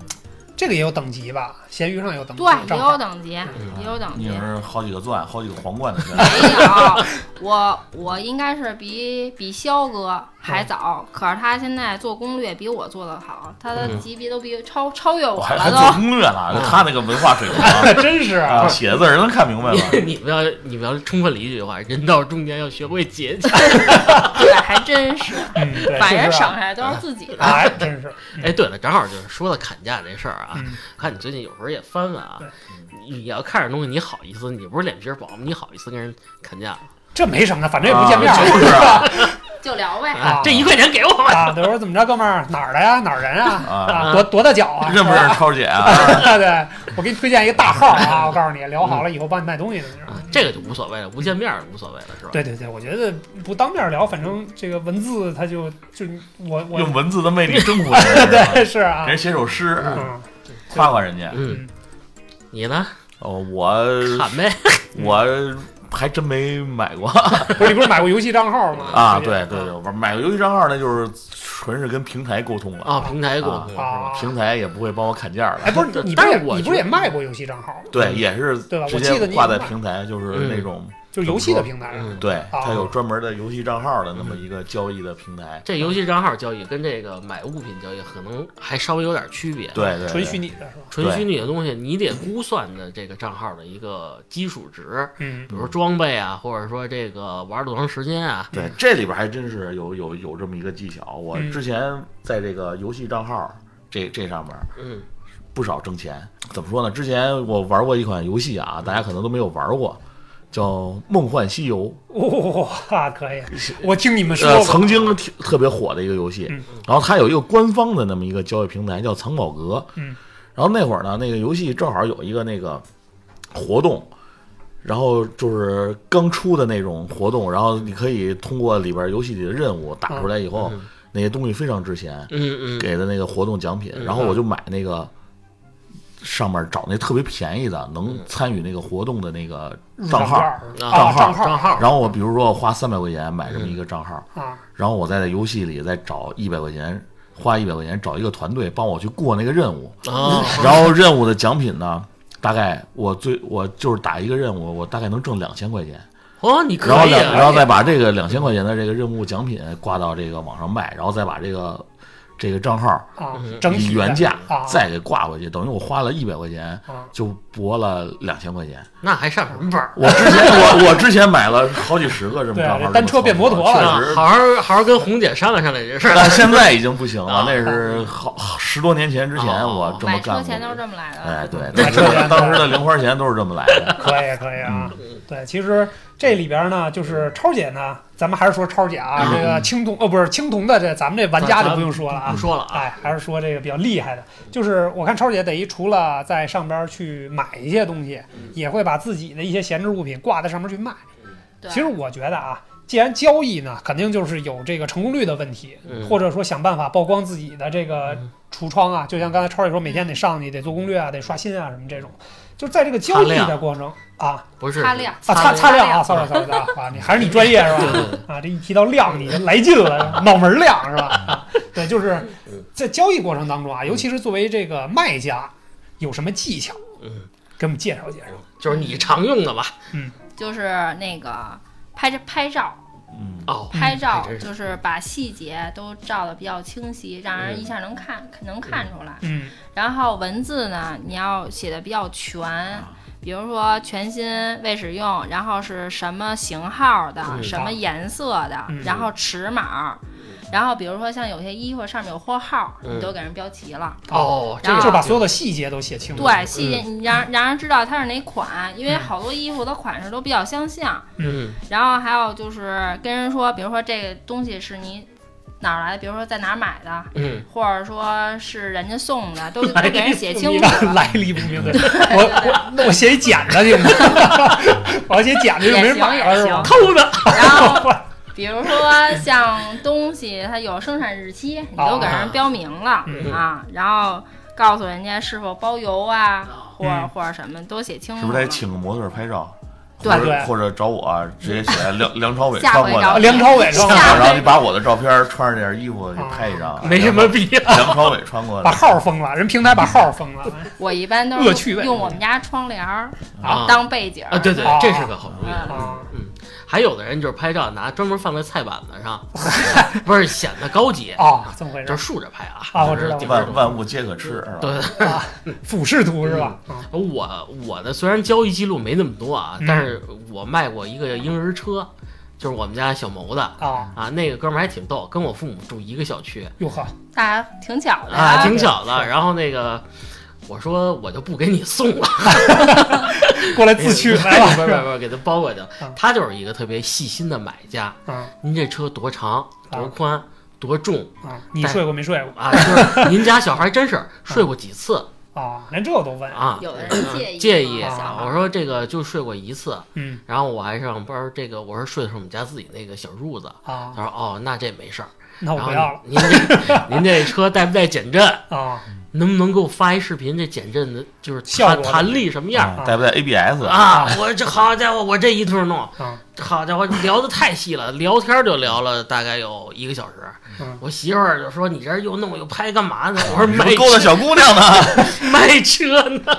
C: 这个也有等级吧？闲鱼上有等级，
B: 对，也
C: 账
B: 有
C: 号
B: 等级，
A: 嗯
B: 也有等
D: 你
B: 级。
D: 也是好几个钻，好几个皇冠的人。
B: 没有，我我应该是比比肖哥还早，可是他现在做攻略比我做的好，他的
A: 嗯
B: 级别都比超超越我
D: 我还
B: 了
D: 还
B: 都。
D: 做攻略呢，他那个文化水平啊
C: 真是
D: 啊，写字儿能看明白吗？
A: 你们要你们要充分理解的话，人到中年要学会节俭。
B: 对，还真是
C: 嗯，对，
B: 把人
C: 是
B: 省
C: 啊
B: 下来都是自己的。
C: 哎，真是，
A: 哎，对了，正好就是说到砍价这事儿啊，
C: 嗯
A: 我看你最近有时候也翻翻啊
C: 对，
A: 你你要看着东西，你好意思，你不是脸皮儿薄吗？你好意思跟人砍价
C: 这没什么，反正也不见面
D: 啊
C: 儿，
D: 就是啊，
B: 就聊呗，
A: 啊？这一块钱给我吧。
C: 啊，对，我说怎么着，哥们儿哪儿的呀？哪儿人啊？
D: 啊
C: 多多大脚啊？
D: 认不认识超姐啊？
C: 啊，对，我给你推荐一个大号 啊，我告诉你，聊好
D: 嗯
C: 了以后帮你卖东西的那种。
A: 啊，这个就无所谓了，不见面儿无所谓了，是吧？
C: 对对对，我觉得不当面聊，反正这个文字它就就我我
D: 用文字的魅力征服人，
C: 对是啊
D: 给，人写首诗，
C: 嗯，
D: 夸夸人家。
A: 嗯，你呢？
D: 哦，我
A: 砍呗。
D: 我还真没买过
C: 不是你不是买过游戏账号吗？
D: 啊，对对对，，我买个游戏账号那就是纯是跟平台沟通了，
A: 啊，平台沟通是吧
C: 啊？
D: 平台也不会帮我砍价了。
C: 哎，不是
A: 但
C: 你不是也
A: 但是我
C: 你不是也卖过游戏账号吗？
D: 对，也是
C: 嗯对吧我
D: 直
C: 记
D: 接
C: 得你
D: 挂在
C: 买
D: 平台，就是
A: 嗯
D: 那种
C: 就游戏的平台。
A: 嗯，
D: 对，它
C: 哦嗯
D: 有专门的游戏账号的那么一个交易的平台。
A: 这游戏账号交易跟这个买物品交易可能还稍微有点区别。
D: 对对，
C: 纯虚
D: 拟。
C: 拟的是吧？
A: 纯虚拟的东西，你得估算的这个账号的一个基数值，
C: 嗯
A: 比如说装备啊，或者说这个玩多长时间啊，
D: 对，这里边还真是有有有这么一个技巧。我
C: 嗯
D: 之前在这个游戏账号这这上面，
A: 嗯，
D: 不少挣钱。怎么说呢？之前我玩过一款游戏啊，大家可能都没有玩过，叫《梦幻西游
C: 哇，可以！我听你们》，说
D: 呃，
C: 过，
D: 曾经挺特别火的一个游戏
C: 嗯。
D: 然后它有一个官方的那么一个交易平台叫藏宝阁。
C: 嗯。
D: 然后那会儿呢，那个游戏正好有一个那个活动。然后就是刚出的那种活动，然后你可以通过里边游戏里的任务打出来以后，
A: 嗯
D: 那些东西非常值钱。
A: 嗯嗯，
D: 给的那个活动奖品，
A: 嗯
D: 然后我就买那个上面找那特别便宜的，能参与那个活动的那个账号。
C: 啊，
D: 账
C: 嗯账
D: 号
A: 账号，
D: 然后我比如说我花三百块钱买这么一个账号，
C: 啊，
D: 然后我再在游戏里再找一百块钱，花一百块钱找一个团队帮我去过那个任务，
A: 哦
D: 然后任务的奖品呢，大概我最我就是打一个任务，我大概能挣两千块钱。
A: 哦，你可
D: 然后
A: 以
D: 两，然
A: 啊，
D: 后再把这个两千块钱的这个任务奖品挂到这个网上卖，然后再把这个这个账号
C: 啊
A: 嗯，
C: 整体
D: 以
C: 的
D: 原价
C: 啊，
D: 再给挂回去，等于我花了一百块钱
C: 啊
D: 就博了两千块钱。
A: 那还上什么班儿？
D: 我之前我我之前买了好几十个这么
C: 对啊
D: 账号，
C: 这单车变摩托
D: 确
C: 了
A: 啊
D: 实，
A: 好好好好跟红姐商量商量这事 儿。
D: 但现在已经不行了
A: 啊，
D: 那是好好十多年前之前我
A: 哦
D: 这么
B: 买
D: 干
B: 车
D: 过。
B: 钱都是这么来
D: 哎，
B: 的。
D: 对，
C: 买车钱
D: 当时的零花钱都是这么来 的。
C: 可以可以啊，
D: 嗯
C: 对，其实这里边呢，就是超姐呢，咱们还是说超姐啊，这
D: 嗯
C: 个青铜哦，不是青铜的这咱们这玩家就不用说了啊
A: 不，说了啊，
C: 哎，还是说这个比较厉害的，就是我看超姐等于除了在上边去买一些东西，
D: 嗯
C: 也会把自己的一些闲置物品挂在上面去卖。
B: 对，
C: 其实我觉得啊，既然交易呢，肯定就是有这个成功率的问题，
A: 嗯
C: 或者说想办法曝光自己的这个橱窗啊，就像刚才超姐说，每天得上去，得做攻略啊，得刷新啊，什么这种。就在这个交易
A: 擦亮
C: 的过程啊
A: 不是
B: 擦亮
C: 啊，擦
B: 擦
C: 擦亮
B: 亮
C: 啊，sorry sorry sorry 啊，你还是你专业是吧？
A: 对对
C: 啊，这一提到亮，你就来 劲了，脑门儿亮是吧？啊
A: 嗯
C: 对，就是在交易过程当中啊，尤其是作为这个卖家，有什么技巧，
A: 嗯，
C: 给我们介绍介绍。
A: 就是你常用的吧？
B: 就是那个拍着拍照，
D: 嗯，
A: 哦，
B: 拍照
A: 还真是
B: 就是把细节都照的比较清晰，让人一下能看能看出来。
C: 嗯
B: 然后文字呢，你要写的比较全，
C: 啊
B: 比如说全新未使用，然后是什么型号的，
A: 嗯
B: 什么颜色的，
C: 嗯
B: 然后尺码，然后比如说像有些衣服上面有货号，
A: 嗯
B: 你都给人标齐了。
C: 嗯
A: 哦，这
B: 然
A: 个
B: 后
C: 就是把所有的细节都写清楚。
B: 啊对，细节你让让人知道它是哪款，因为好多衣服的款式都比较相像。
A: 嗯
B: 然后还有就是跟人说，比如说这个东西是你哪儿来的，比如说在哪儿买的，
A: 嗯，
B: 或者说是人家送的， 都
C: 来
B: 都
C: 历
B: 给人写清
C: 不
B: 楚
C: 明白
B: 了。
C: 来历不明白。我我那我写一简的行吗？ 我要写简的就没人买了是吗
B: 也？
A: 偷的
B: 然 后比如说像东西它有生产日期，你都给人标明了
C: 哦嗯
B: 啊，然后告诉人家是否包邮啊，或者
C: 嗯
B: 或者什么都写清
D: 是
B: 楚
D: 不是得
B: 了。
D: 请个模特儿拍照？
B: 对
D: 或者
C: 对
D: 或者找我啊直接写梁梁朝伟
B: 下
D: 穿
B: 回
D: 过
B: 找
C: 啊
D: 来，
C: 梁朝伟是吧？
B: 下
D: 然后你把我的照片儿穿上这件衣服
C: 啊
D: 给拍一张，
A: 没什么必要。
D: 梁朝伟穿过
C: 把
D: 来。
C: 号封了，人平台把号封了。
B: 我一般都
C: 恶趣
B: 是
C: 味
B: 用我们家窗帘儿
A: 啊
B: 当背景儿
A: 啊，对对
C: 啊，
A: 这是个好主意。
B: 嗯
C: 啊，
A: 嗯，还有的人就是拍照拿专门放在菜板子 上，不是显得高级，
C: 啊，这么回事
A: 就
C: 儿
A: 是竖着拍啊。
C: 啊我知道
A: 就是顶着
D: 万万物皆可吃，是吧？
A: 对，
C: 啊，俯视图是吧？
A: 嗯
C: 啊
A: 我我的虽然交易记录没那么多啊
C: 嗯，
A: 但是我卖过一个婴儿车，就是我们家小毛的
C: 啊，
A: 啊，那个哥们儿还挺逗，跟我父母住一个小区
C: 哟呵，
B: 大家挺巧
C: 哎
B: 的
A: 啊，挺巧的。
C: 是
A: 然后那个我说我就不给你送 了，
C: 过来自
A: 哎
C: 取来
A: 不是不是
C: 了
A: 不是，给他包过去了
C: 啊。
A: 他就是一个特别细心的买家，
C: 啊
A: 您这车多长、多
C: 嗯
A: 宽、多重
C: 啊！你睡过没睡过
A: 啊？就是您家小孩真是睡过几次
C: 啊？连这都问？
A: 啊？
B: 有的
C: 嗯
B: 人介意
A: 介意
C: 啊
A: 啊！我说这个就睡过一次，
C: 嗯
A: 然后我还上班儿，这个我说睡的是我们家自己那个小褥子。他
C: 啊，
A: 说哦，那这没事儿。
C: 那
A: 然
C: 我
A: 后
C: 不要了
A: 您这您这车带不带减震？
C: 啊
A: 能不能给我发一视频？这减震的就是
C: 效
A: 弹
C: 果
A: 弹力什么样
D: 啊带不带 ABS
C: 嗯
A: 儿？啊？我这好家伙，我这一通弄，
C: 啊
A: 好家伙，聊的太细了，聊天儿就聊了大概有一个小时
C: 嗯。
A: 我媳妇儿就说：“你这儿又弄又拍干嘛呢？”我
C: 哦
A: 说：“
D: 你
A: 卖
D: 们勾搭
A: 车
D: 小姑娘呢？
A: 卖车呢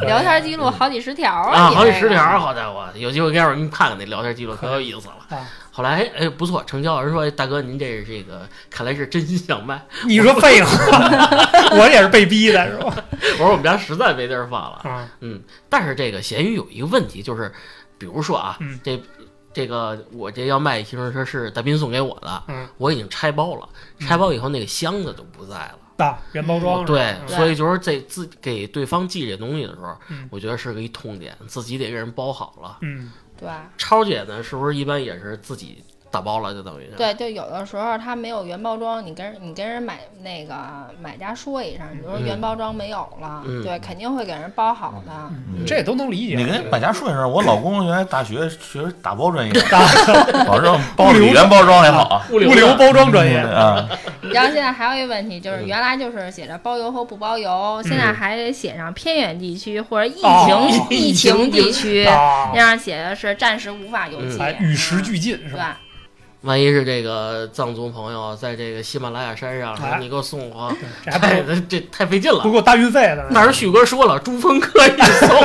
B: 聊天记录好几十条
A: 啊，
B: 你
A: 好几
B: 这
A: 十
B: 个
A: 条儿，好家伙，有机会待会儿给你看看那聊天记录，可有意思了。”
C: 啊！
A: 后来哎不错，成交人说哎大哥您这是这个看来是真心想卖，
C: 你说废话， 我也是被逼的是吧？
A: 我说我们家实在没地儿放了。
C: 啊
A: 但是这个闲鱼有一个问题就是，比如说啊，
C: 嗯
A: 这这个我这要卖行车车是大斌送给我的，
C: 嗯
A: 我已经拆包了，拆包以后那个箱子就不在了。
C: 啊，原包装是吧
A: 对，
C: 嗯
A: 所以就是在自给对方寄这东西的时候，
C: 嗯
A: 我觉得是个一痛点，自己得给人包好了。
C: 嗯
B: 对
A: 超姐呢，是不是一般也是自己打包了，就等于是？
B: 对，就有的时候他没有原包装，你跟你跟人买那个买家说一声，你说原包装没有了，
A: 嗯
B: 对，肯定会给人包好的。
C: 嗯，这也都能理解。
D: 你跟
C: 对
D: 百家顺一声，我老公原来大学学打包专业，
C: 啊
D: 保证包里原包装还好啊。
A: 物流
C: 物流包装专业
D: 啊，
C: 嗯
B: 然后现在还有一个问题，就是
A: 嗯
B: 原来就是写着包邮和不包邮，现在还得写上偏远地区或者疫情、
C: 哦
B: 疫情地区，
C: 啊
B: 那，样写的是暂时无法邮寄
A: 嗯
C: 哎，，与时俱进是
B: 对
C: 吧？
A: 万一是这个藏族朋友啊在这个喜马拉雅山上，
C: 哎
A: 说你给我送我，
C: 这还 不
A: 太
C: 够
A: 这这太费劲
C: 不
A: 了。
C: 够搭运费的呢。
A: 哪儿许哥说了，珠峰可以 送，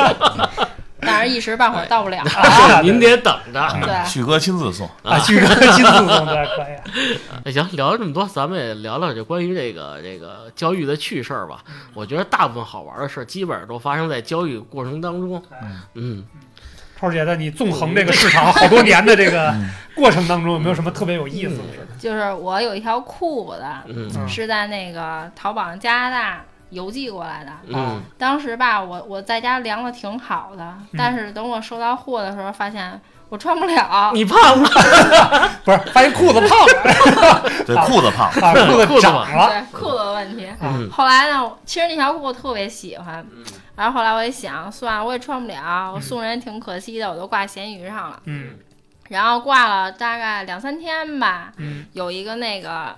B: 但是一时半会儿到不了。
C: 啊
A: 您得等着。
B: 对
D: 嗯旭哥亲自送。
C: 啊，巨人亲自送对，可以。啊
A: 哎行，聊了这么多，咱们也聊聊这关于这个这个交易的趣事儿吧。
C: 嗯
A: 我觉得大部分好玩的事儿，基本上都发生在交易过程当中。嗯，
C: 超姐，在你纵横这个市场好多年的这个
A: 嗯
C: 过程当中，有没有什么特别有意思的事？
B: 就是我有一条裤子，
A: 嗯
C: 嗯
B: 是在那个淘宝上加拿大邮寄过来的。
A: 嗯
B: 当时吧，我我在家量的挺好的，但是等我收到货的时候，发现我穿不了。
A: 你胖了，
C: 嗯不是，发现裤子胖 了，
D: 对，裤 子胖，
C: 啊，裤
A: 裤
C: 子
A: 子
C: 长
A: 吧
C: 了，
B: 对裤子的问题。
A: 嗯
B: 后来呢，其实那条裤我特别喜欢，然后后来我也想，算了，我也穿不了，我送人挺可惜的，我就挂闲鱼上了。
C: 嗯
B: 然后挂了大概两三天吧，
C: 嗯
B: 有一个那个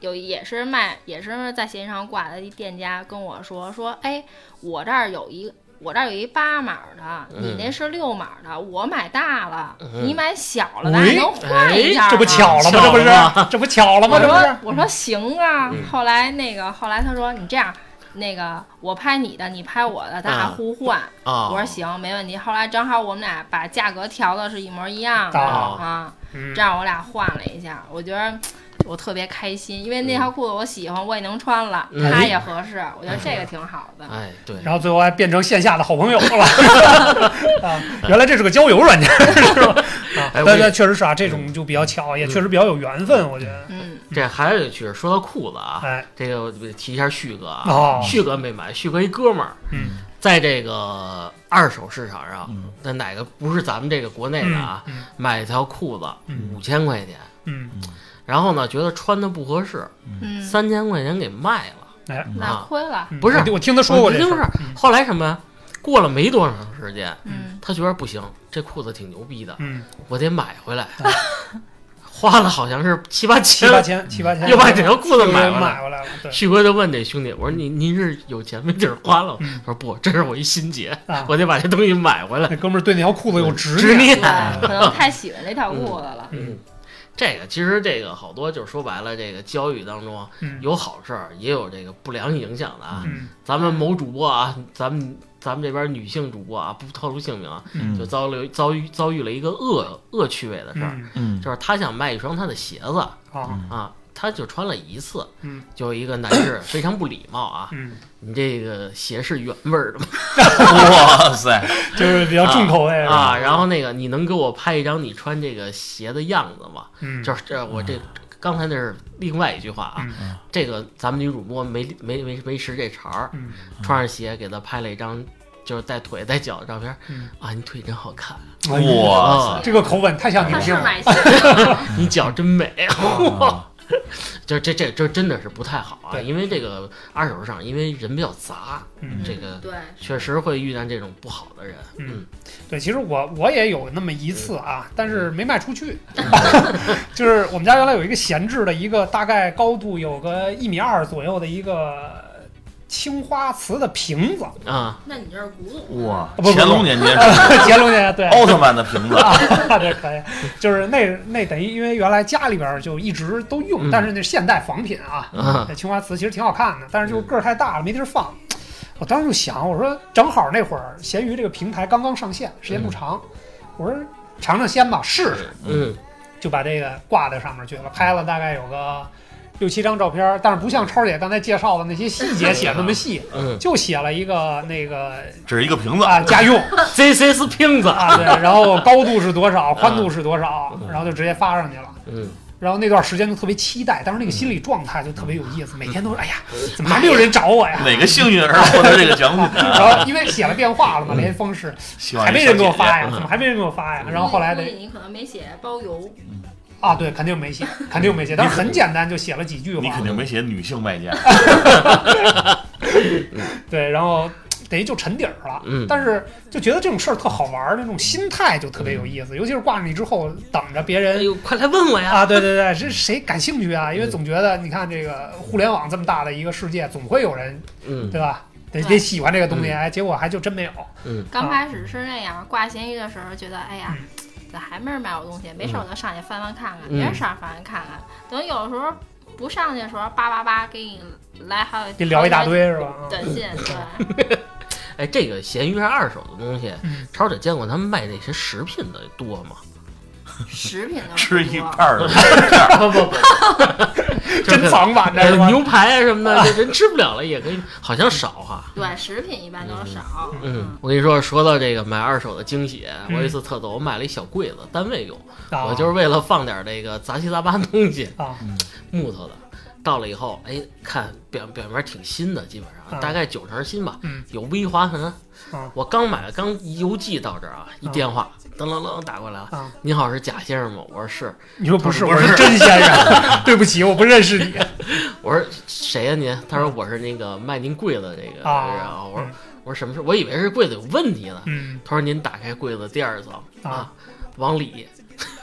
B: 有也是卖也是在闲鱼上挂的一店家跟我说说，哎，我这儿有一我这儿有一八码的，你
A: 嗯
B: 那是六码的，我买大了，
A: 嗯
B: 你买小了，咱还
C: 喂
B: 能换一
A: 哎
B: 下吗？
C: 这不巧了吗？
A: 巧
C: 这不
A: 了吗
C: 是，这不巧了吗？
B: 我
C: 这不
B: 说
C: 是
B: 我说行啊
A: 嗯，
B: 后来那个后来他说你这样，那个我拍你的，你拍我的，咱俩
A: 啊
B: 互换。
A: 啊！
B: 我说行，没问题。后来正好我们俩把价格调的是一模一样的
C: 哦
B: 啊，
C: 嗯
B: 这样我俩换了一下，我觉得。我特别开心，因为那条裤子我喜欢，我也能穿了，
A: 嗯
B: 它也合适，我觉得这个挺好的。
A: 哎，对，
C: 然后最后还变成线下的好朋友了 啊！原来这是个交友软件，是吧？啊，
A: 哎
C: 但
A: 我也嗯
C: 但确实是啊，这种就比较巧，也确实比较有缘分，我觉得。
B: 嗯，
A: 这还有一个趣事，说到裤子啊，
C: 哎，
A: 这个我得提一下旭哥啊
C: 哦，
A: 旭哥没买，旭哥一哥们儿。
C: 嗯
A: 在这个二手市场上
D: 嗯，
A: 那、哪个不是咱们这个国内的啊？
C: 嗯
A: 买一条裤子
C: 嗯
A: 五千块钱，
C: 嗯，
A: 然后呢觉得穿的不合适，
B: 嗯，
A: 三千块钱给卖了。
C: 哎，
B: 那亏了。
C: 嗯
A: 不是
C: 我我听他说过这
A: 就
C: 事
A: 是
C: 儿，嗯
A: 后来什么呀？过了没多长时间，
B: 嗯，
A: 他觉得不行，这裤子挺牛逼的，
C: 嗯，啊
A: 我得买回来。花了好像是七八
C: 七
A: 千，
C: 八千，七八千，
A: 又把这条裤子买
C: 买
A: 回来。
C: 回来了，对
A: 旭哥就问这兄弟：“我说您您是有钱没地儿花了吗？”
C: 嗯
A: 他说：“不，这是我一心结，
C: 啊，
A: 我得把这东西买回来。
B: 嗯
C: 那哥们儿对那条裤子有执
A: 执
C: 念，
A: 念
B: 对，可能太喜欢这条裤子了。
A: 嗯，这个其实这个好多就是说白了，这个交易当中啊
C: 嗯
A: 有好事儿，也有这个不良影响的啊。
C: 嗯
A: 咱们某主播啊，咱们咱们这边女性主播啊，不透露姓名啊，就
D: 嗯
A: 遭了遭遇遭遇了一个恶恶趣味的事儿，
C: 嗯
D: 嗯
A: 就是她想卖一双她的鞋子
C: 啊
A: 啊，她就穿了一次，
C: 嗯
A: 就有一个男士 非常不礼貌啊，
C: 嗯，
A: 你这个鞋是原味儿的吗？
D: 哇塞，
C: 就是比较重口味是吧
A: 啊，然后那个你能给我拍一张你穿这个鞋的样子吗？
C: 嗯
A: 就是这我这刚才那是另外一句话啊
C: 嗯，
A: 这个咱们女主播没没没没识这茬儿，
C: 嗯
A: 穿上鞋给她拍了一张就是带腿带脚的照片
C: 嗯
A: 啊，你腿真好看，啊
C: 哎呀
D: 哇
C: 这个口吻太像
B: 他是
C: 女性了，
B: 买鞋，
A: 你脚真美，
C: 哦
D: 啊
A: 就这这这真的是不太好啊，
C: 对
A: 因为这个二手市场因为人比较杂，
C: 嗯
A: 这个
B: 对，
A: 确实会遇见这种不好的人，
C: 嗯
A: 嗯，
C: 对，其实我我也有那么一次啊，但是
A: 嗯
C: 没卖 出去。就是我们家原来有一个闲置的一个大概高度有个一米二左右的一个青花瓷的 瓶子，
A: 啊，
B: 那你这是古董啊，
D: 哇
C: 不不，哎
D: 乾隆年间是
C: 杰龙爷对，
A: 哦
D: 奥特曼的瓶子，
C: 啊， 这可以，就是那那等于因为原来家里边儿就一直都用，
A: 嗯
C: 但是那是现代仿品啊，
A: 啊
C: 那青花瓷其实挺好看的，但是就是
A: 嗯
C: 个儿太大了，没地儿放。我当时就想，我说正好那会儿闲鱼这个平台刚刚上线，时间不长，我说尝尝鲜吧，试试，
A: 嗯
C: 就把这个挂在上面去了，拍了大概有个六七张照片儿，但是不像超姐刚才介绍的那些细节写那么细，
A: 嗯
C: 就写了一个 那个
D: 这是一个瓶子，
C: 啊家用，
A: ，This is Pink，
C: 啊，对，然后高度是多少，宽度是多少，然后就直接发上去了。
A: 嗯，
C: 然后那段时间就特别期待，当时那个心理状态就特别有意
A: 嗯
C: 思，每天都是哎呀，怎么还没有人找我呀？
D: 哪个幸运儿获得这个奖品啊？
C: 然后因为写了电话了嘛，联系方式
D: 希望
C: 还没人给我发呀，
A: 嗯
C: 怎么还没人给我发呀？然后后来
B: 估
C: 得
B: 计你可能没写包邮，
C: 啊，对，肯定没写，
A: 嗯
C: 肯定没写，但是很简单，就写了几句
D: 你
C: 话
D: 肯。定没写女性 卖家，
C: 对，然后嗯等于就沉底儿了。
A: 嗯
C: 但是就觉得这种事儿特好玩儿，那种心态就特别有
A: 嗯
C: 意思，尤其是挂上你之后，等着别人
A: 哎呦，快来问我呀，
C: 啊，对对对，是谁感兴趣
A: 嗯
C: 啊？因为总觉得你看这个互联网这么大的一个世界，总会有人
A: 嗯
C: 对吧？得
B: 对
C: 得喜欢这个东西，
A: 嗯
C: 哎，结果还就真没 有。
A: 嗯
B: 刚开始是那样，挂闲鱼的时候觉得，哎呀，
C: 嗯
B: 咋还没人买我东西？没事，我就上去翻翻看看，
A: 嗯
B: 别人上去翻翻看看。等有时候不上去的时候，叭叭叭给你来好几
C: 得聊一大堆是吧？
B: 短信，对，
A: 哎，这个闲鱼上二手的东西
C: 嗯，
A: 超姐见过他们卖那些食品的多吗？
B: 食品的
D: 吃
B: 不
D: 一
B: 多
D: 半儿的，
A: 不 不不，就是
C: 珍藏版的
A: 呃
C: 是吧？
A: 牛排啊什么的，这人吃不了了也可以，好像少哈。
B: 对，食品一般都少。
A: 嗯，，我跟你说，说到这个买二手的惊喜，我
C: 嗯
A: 有一次特逗，我买了一小柜子，单位用，
C: 啊
A: 我就是为了放点这个杂七杂八东西，
C: 啊，
A: 木头的。到了以后，哎，看表表面挺新的，基本上、
C: 啊
A: 大概九成新吧，
C: 嗯
A: 有微划痕。
C: 啊
A: 我刚买，刚邮寄到这儿啊，一
C: 啊
A: 电话，噔噔噔打过来了，
C: 啊
A: 您好，是贾先生吗？我说是，
C: 你说不是，
D: 不
C: 我
D: 是
C: 是真先 生，对不起，我不认识 你
A: 我说谁呀、您？他说我是那个卖您柜子的这个人
C: 啊。
A: 我说我说什么事？我以为是柜子有问题呢。
C: 嗯，
A: 他说您打开柜子第二层
C: 啊
A: 啊，往里，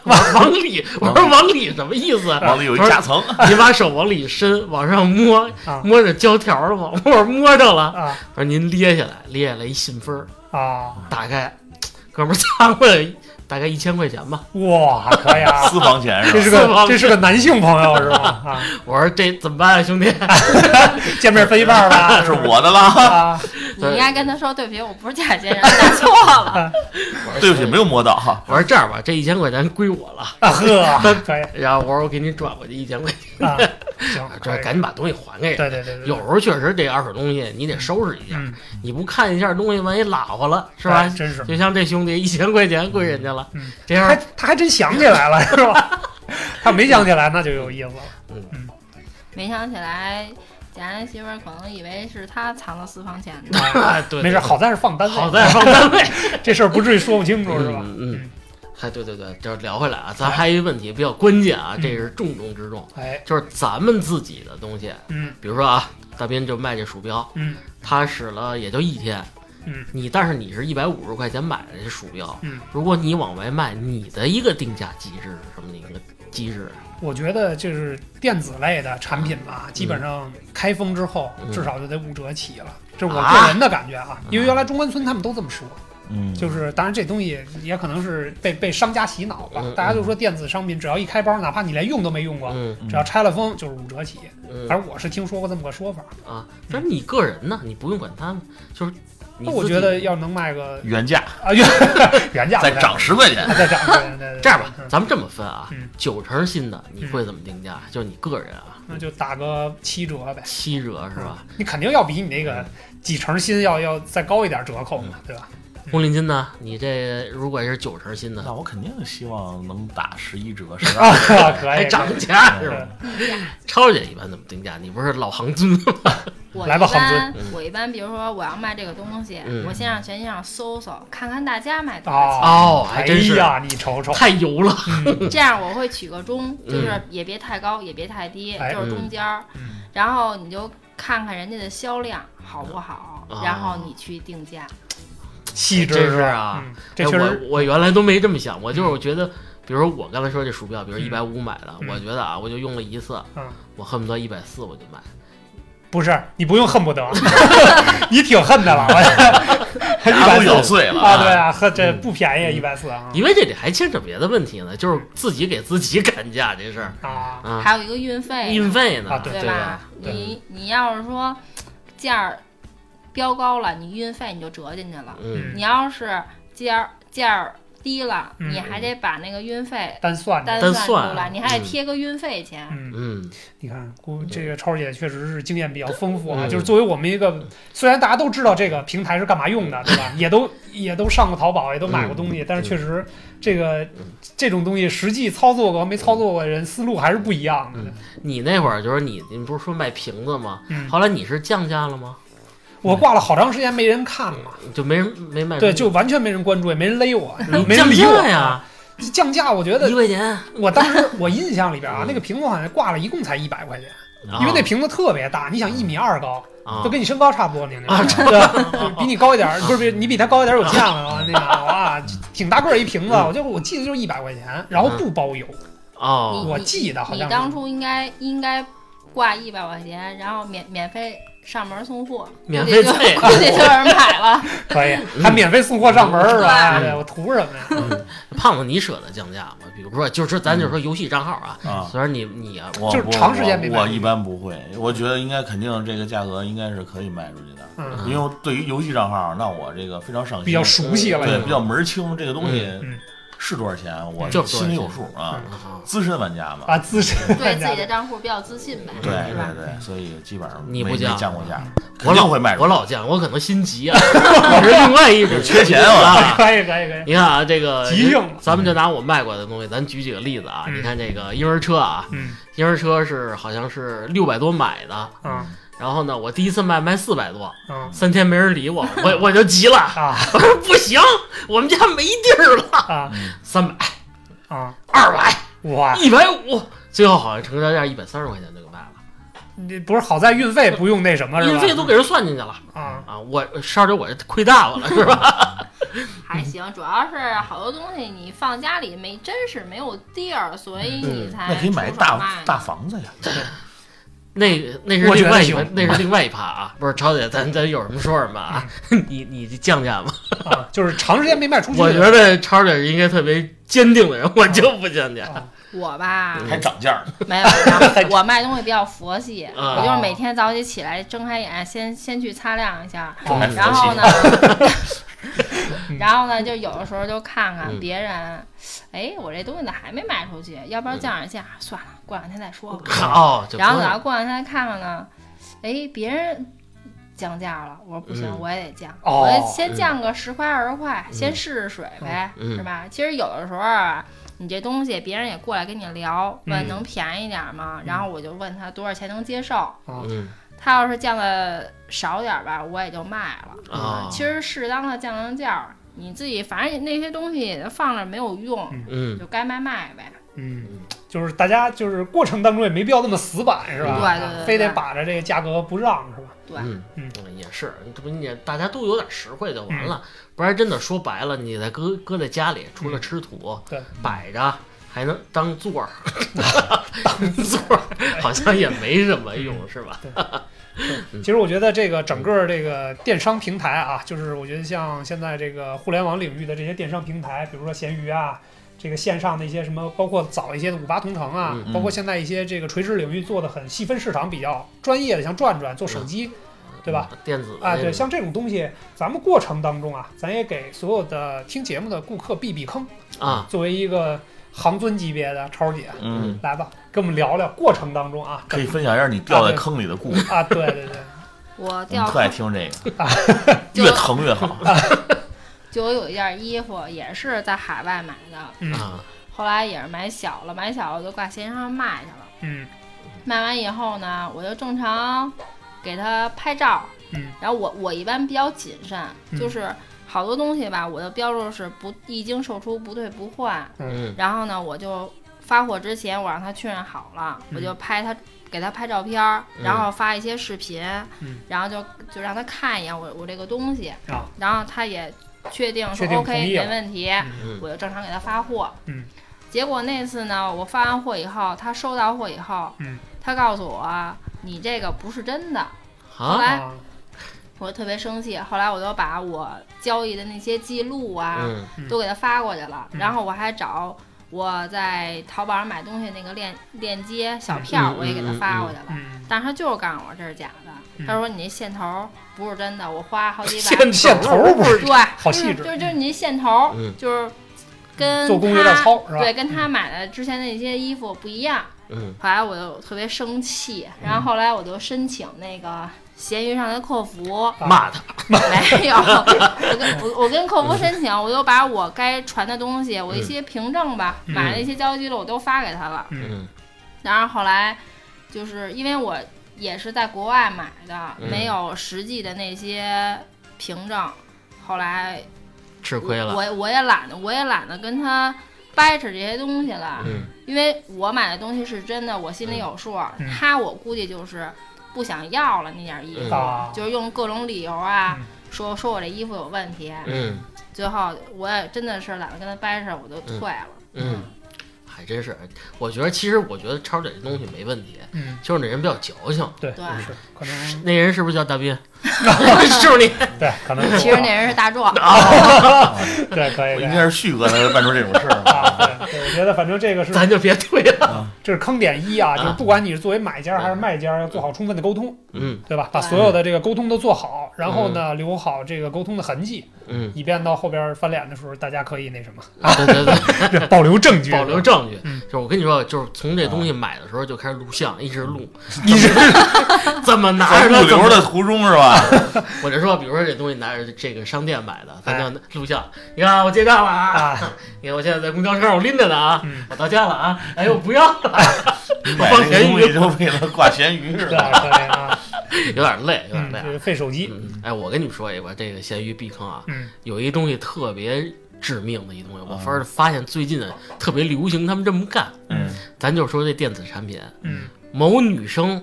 A: 往 往里，我说往里什么意思？啊
D: 往里有一夹层，
A: 你把手往里伸，往上摸
C: 啊，
A: 摸着胶条了吗？我说摸着
C: 嗯
A: 了。
C: 啊
A: 他说您捏下来，捏下来一信封，
C: 啊，
A: 打开，哥们儿 擦过来大概一千块钱吧。
C: 哇，可以啊，
D: 私房钱是
A: 私
C: 这是
D: 吧？
C: 个
A: 房
C: 这是个男性朋友是吧？啊，
A: 我说这怎么办啊，兄弟？
C: 见面分一半儿 吧，
D: 是我的啦，
C: 啊，
B: 你应该跟他说，对不起，我不是贾先生，打错了。
D: 对不起，没有摸到哈。
A: 我说这样吧，这一千块钱归我了。
C: 啊呵，可以
A: 然后我说我给你转过去一千块钱，
C: 啊，行，
A: 这
C: 可以
A: 赶紧把东西还给人。
C: 对对对对，
A: 有时候确实这二手东西你得收拾一下，
C: 嗯，
A: 你不看一下东西，万一拉花了是吧
C: 哎？真是，
A: 就像这兄弟一千块钱归人家了，
C: 嗯
A: 这
C: 他
A: 样
C: 他还真想起来了，是吧？ 他没想起来，那就有意思了。
B: 没想起来，贾人媳妇儿可能以为是他藏的私房钱呢。
A: 哎对，对
C: 啊没事，好在是放单位，
A: 好在放单位
C: 这事儿不至于说不清楚，是吧？
A: 嗯嗯，哎对对对，就是聊回来啊，咱还有一个问题比较关键啊，
C: 嗯
A: 这是重中之重，
C: 哎，
A: 就是咱们自己的东西，
C: 嗯
A: 比如说啊，大斌就卖这鼠标，
C: 嗯
A: 他使了也就一天，
C: 嗯，
A: 你但是你是一百五十块钱买的这鼠标，
C: 嗯，
A: 如果你往外卖，你的一个定价机制是什么的一个机制？
C: 我觉得就是电子类的产品吧，基本上开封之后
A: 嗯
C: 至少就得五折起了，这是我
A: 啊嗯
C: 个人的感觉啊，因为原来中关村他们都这么说，
D: 嗯，
C: 就是当然这东西也可能是被被商家洗脑吧
A: 嗯，
C: 大家都说电子商品只要一开包，哪怕你连用都没用过，
A: 嗯
C: 只要拆了封就是五折起。
A: 嗯
C: 反正我是听说过这么个说法，
A: 啊，但是你个人呢，你不用管他们，就是你
C: 那我
A: 自己
C: 觉得要能卖 个
D: 原价
C: 啊原原价
D: 再
C: 不
D: 涨十块钱。
C: 再涨，对对对
A: 这样吧，
C: 嗯
A: 咱们这么分啊
C: 嗯，
A: 九成新的你会怎么定价？就是你个人啊，
C: 那就打个七折呗，
A: 七折是吧？
C: 你肯定要比你那
A: 嗯
C: 个几成新要要再高一点折扣嘛，对吧？
A: 红领巾呢？你这如果是九成新的，
D: 那我肯定希望能打十一折，十二
C: 啊，可以
A: 还
C: 可以
A: 涨价是吧？
C: 嗯
A: 超姐一般怎么定价？你不是老行尊吗？
B: 我
C: 来
B: 一
C: 吧好
B: 般
A: 嗯
B: 我一般，比如说我要卖这个东西，
A: 嗯
B: 我先上全新上搜搜，看看大家卖多少钱，
C: 啊，
A: 哦，还
C: 哎
A: 真是
C: 呀，你瞅嗯瞅，
A: 太油了。
B: 这样我会取个中，
A: 嗯
B: 就是也别太高，也别太低，
C: 哎
B: 就是中间儿。
C: 嗯
B: 然后你就看看人家的销量好不好，
A: 啊
B: 然后你去定价。
C: 细致
A: 真是
C: 吧
A: 啊
C: 嗯这
A: 哎
C: 确实
A: 我我原来都没这么想，我就是觉得，比如说我刚才说这鼠标，比如一百五买的，
C: 嗯
A: 我觉得啊，我就用了一次，
C: 嗯
A: 我恨不得一百四我就买。
C: 不是，你不用恨 不得，你挺恨的了，我 一
D: 牙
C: 百
D: 都咬
C: 四
D: 碎了
C: 啊，对啊，呵，这
A: 嗯
C: 不便宜，一百四啊
A: 因为这里还牵扯别的问题呢，就是自己给自己 砍价这事儿
C: 啊，
A: 啊，
B: 还有一个运费，
A: 运费呢，
C: 啊
A: 对
C: 对
A: 吧
B: 吧？？
C: 对
B: 你你要是说价儿标高了，你运费你就折进去了。
A: 嗯，
B: 你要是价儿价儿低了，
C: 嗯
B: 你还得把那个运费
C: 单算的，
B: 单
A: 单
B: 算出来，
A: 算
B: 你还
A: 嗯
B: 得贴个运费钱。
C: 嗯，
A: 嗯，
C: 你看，估这个超姐确实是经验比较丰富啊，
A: 嗯
C: 就是作为我们一个，虽然大家都知道这个平台是干嘛用的，对吧？也都也都上过淘宝，也都买过东
A: 嗯
C: 西，但是确实这个这种东西实际操作过和没操作过的人思路还是不一样
A: 嗯
C: 的。
A: 你那会儿就是你，你不是说卖瓶子吗？
C: 嗯，
A: 后来你是降价了吗？
C: 我挂了好长时间没人看嘛，
A: 就没人没卖出去，
C: 对，就完全没人关注，也没人勒 我，没
A: 你
C: 人
A: 嗯降
C: 理我
A: 价。呀，
C: 降价，我觉
A: 一
C: 得
A: 块钱，
C: 我当时我印象里边啊
A: 嗯，
C: 那个瓶子好像挂了一共才一百块钱，因为那瓶子特别大，你想一米二高，
A: 啊
C: 就跟你身高差不多年龄，
A: 啊
C: 对吧？就是比你高一 点儿，不是比你比他高一点儿有见了啊，那个哇，挺大个儿一瓶子，
A: 嗯
C: 我就我记得就是一百块钱，然后不包邮，
A: 哦，
B: 你
C: 我记得好
B: 你
C: 像
B: 当
C: 是
B: 初应该应该挂一百块钱，然后免免费上门送货，
A: 免费
B: 估计
A: 最
B: 就估计就有人买 了。
C: 可以，还免费送货上门儿吧？
A: 嗯
C: 对，我图什么呀？
A: 胖子，你舍得降价吗？比如说，就是咱就说游戏账号啊，
D: 啊。
A: 虽然你你啊
D: 我
C: 就是
D: 不
C: 长时间没
D: 我，我
C: 卖
D: 一般不会。我觉得应该肯定这个价格应该是可以卖出去的，
C: 嗯，
A: 嗯
D: 因为对于游戏账号，那我这个非常上心，
C: 比较熟悉了，
D: 对
C: 已
D: 比
C: 经
D: 较门儿清，这个东西
C: 嗯嗯
D: 是多少钱，我
A: 就是
D: 心里有数啊。
C: 嗯
A: 啊
D: 资深玩家嘛，
C: 啊，资深
B: 对
C: 玩
B: 自
C: 家
B: 己的账户比较自信呗，
D: 对
B: 是
D: 对
B: 吧？
D: 对，所以基本上
A: 你不
D: 没没
A: 降
D: 降过价，
C: 嗯
A: 我
D: 肯定
A: 老
D: 会
C: 哎
D: 卖出去。
A: 我老降，我可能心急 啊，我是另外一种
D: 缺钱
A: 啊。
C: 可以可以可以，
A: 你看啊，这个
C: 急性
A: 咱们就拿我卖过的东西，咱举几个例子啊。
C: 嗯
A: 你看这个婴儿车啊，
C: 嗯
A: 婴儿车是好像是六百多买的，
C: 啊
A: 然后呢，我第一次卖卖四百多，
C: 啊
A: 三天没人理我，我我就急了，
C: 啊
A: 我说不行，我们家没地儿了，
C: 啊
D: 嗯
A: 三百、
C: 啊！
A: 二百、
C: 哇，
A: 一百五，最后好像成交价一百三十块钱就给卖了。
C: 你不是好在运费不用那什么是吧？
A: 运费都给人算进去了
C: 啊，
A: 啊！我十二九我这亏大发了是吧？
D: 嗯
B: 还行，主要是好多东西你放家里没，真是没有地儿，所以你才
D: 嗯那可以买
B: 出手
D: 大
B: 卖
D: 大房子呀，
A: 那个那是
C: 我觉
A: 另
C: 得
A: 外一
C: 行嗯
A: 盘那是另外一趴啊！不是超姐，咱咱有什么说什么啊？
C: 嗯
A: 你你降价 吧，
C: 啊，就是长时间没卖出去，
A: 我觉得超姐是应该特别坚定的人，我就不降
B: 嗯
A: 价。
C: 啊
B: 我吧，
D: 还涨价呢。
B: 没有，然 后我卖东西比较佛系，
A: 啊
B: 我就是每天早起起来睁开眼，先先去擦亮一下，
C: 嗯
D: 还
B: 然 后呢，
C: 嗯
B: 然后呢，就有的时候就看看
A: 嗯
B: 别人，哎，我这东西咋还没卖出去？要不
D: 嗯
B: 然降点价，算了，过两天再说吧。
A: 哦，就
B: 然后
A: 多
B: 等
A: 了
B: 到过两天看看呢，哎，别人降价了，我说不行，
A: 嗯
B: 我也得降，
C: 哦
B: 我先降个十块二十块，先试试水呗，
A: 嗯
B: 是吧？其实有的时候啊，你这东西别人也过来跟你聊，
C: 嗯
B: 问能便宜点吗？然后我就问他多少钱能接受，
A: 嗯
B: 他要是降的少点儿吧，我也就卖了。
A: 啊，
B: 嗯其实适当的降降价儿，你自己反正那些东西放着没有用，
A: 嗯
B: 就该卖卖呗。
C: 嗯，就是大家就是过程当中也没必要那么死板，是吧？
B: 对对对对
C: 非得把着这个价格不让，是吧？
B: 对，
A: 嗯
C: 嗯
A: 嗯，也是，这不你也大家都有点实惠就完了，不然真的说白了，你在搁搁在家里，除了吃土，
C: 嗯对，
A: 摆着。还能当
C: 嗯
A: 座儿，当座儿好像也没什么用，是吧？
C: 其实我觉得这个整个这个电商平台啊，就是我觉得像现在这个互联网领域的这些电商平台，比如说闲鱼啊，这个线上的一些什么，包括早一些的五八同城啊
A: 嗯，
D: 嗯
C: 包括现在一些这个垂直领域做的很细分市场比较专业的，像转转做手机，对吧？
A: 电子那
C: 啊，对，
A: 个
C: 像这种东西，咱们过程当中啊，咱也给所有的听节目的顾客避避坑。
A: 啊，
C: 作为一个行尊级别的超姐，
D: 嗯，
C: 来吧，跟我们聊聊过程当中啊，
D: 可以分享一下你掉在坑里的 故事，
C: 啊，对对对，
B: 我
D: 我们
B: 掉
D: 嗯特爱听这个，
B: 就
D: 越疼越好。
B: 就我有一件衣服也是在海外买的，
C: 嗯
A: 啊，
B: 后来也是买小了，买小了就挂闲鱼上卖去了。
C: 嗯
B: 卖完以后呢，我就正常给他拍照，
C: 嗯，
B: 然后我我一般比较谨慎，
C: 嗯
B: 就是好多东西吧，我的标注是不一经售出不退不换，
A: 嗯
B: 然后呢，我就发货之前我让他确认好了，
C: 嗯
B: 我就拍他给他拍照片儿，
A: 嗯
B: 然后发一些视频，
C: 嗯
B: 然后就就让他看一眼我我这个东西，
C: 啊
B: 然后他也确定说
C: 确定
B: OK
C: 同意了
B: 没问题，
A: 嗯
B: 我就正常给他发货。
C: 嗯，
B: 结果那次呢，我发完货以后，他收到货以后，
C: 嗯，
B: 他告诉我你这个不是真的，后
A: 啊，
B: 来
C: 啊，
B: 我特别生气。后来我就把我交易的那些记录啊，
A: 嗯
B: 都给他发过去了，
C: 嗯
B: 然后我还找我在淘宝上买东西那个链链接小票，
A: 嗯
B: 我也给他发过去了。
C: 嗯，
B: 但是他就是告诉我这是假的，
C: 嗯
B: 他说你那线头不是真的，我花好几百，
C: 线线头儿不是
B: 对，
C: 好细致
B: 就是就是你那线头，
A: 嗯
B: 就是跟
C: 做工有点
B: 他
C: 糙是吧？嗯
B: 对，跟他买的之前那些衣服不一样。
A: 嗯
B: 后来我就特别生气，然
C: 嗯
B: 后后来我就申请那个闲鱼上的客服，
C: 啊
A: 骂他，
B: 没有，我跟我我跟客服申请，我就把我该传的东西，我
A: 嗯
B: 一些凭证吧，
C: 嗯
B: 买了一些交易记录，我都发给他了。
C: 嗯
A: 嗯
B: 然后后来，就是因为我也是在国外买的，
A: 嗯
B: 没有实际的那些凭证，后来
A: 吃亏了，嗯
B: 我我也懒得，我也懒得跟他掰扯这些东西了，
A: 嗯
B: 因为我买的东西是真的，我心里有数。
C: 嗯
B: 他我估计就是不想要了那件衣服，
A: 嗯
C: 啊
B: 就是用各种理由啊。
C: 嗯
B: 说说我这衣服有问题，
A: 嗯
B: 最后我也真的是懒得跟他掰扯，我就退了。
A: 嗯，还真是，我觉得其实我觉得超姐这东西没问题，
C: 嗯，
A: 就是那人比较矫情，
C: 对，
B: 对
C: 是可能
A: 那人是不是叫大 斌？ 是不是你？
C: 对，可能是
B: 其实那人是 大壮，
A: 啊
C: 对，可以
D: 我
C: 可以
D: 应该是旭哥才会办出这种事儿。 嗯
C: 啊，对，对我觉得反正这个是
A: 咱就别退了。
C: 这是坑点一啊，
A: 啊
C: 就是不管你是作为买家还是卖家，要做好充分的沟通，
A: 嗯
C: 对吧？把
B: 对
C: 所有的这个沟通都做好，然后呢，留好这个沟通的痕迹，
A: 嗯，
C: 以便到后边翻脸的时候，大家可以那什么，
A: 对对对，
C: 保留证据，
A: 保留证据。
C: 嗯
A: 就是我跟你说，就是从这东西买的时候就开始录像，一直录， 一直怎 么拿
D: 在
A: 着它
D: 入
A: 怎
D: 流
A: 么
D: 的途中是吧？
A: 我就说，比如说这东西拿着这个商店买的，咱就录像。你看我结账了啊！
C: 啊，
A: 你看我现在在公交车上我拎着呢啊
C: 嗯！
A: 我到家了啊！哎呦不要了，
D: 你买这个东西就为了挂咸鱼是
C: 对，
D: 吧？
C: 可以 啊，
A: 有点累，有点
C: 嗯，
A: 累啊
C: 这。个费手机，
A: 嗯，哎，我跟你们说一个，这个闲鱼避坑啊，
C: 嗯
A: 有一东西特别致命的一东西，我
D: 啊
A: 反正发现最近啊特别流行，他们这么干。
D: 嗯，
A: 咱就说这电子产品，
C: 嗯
A: 某女生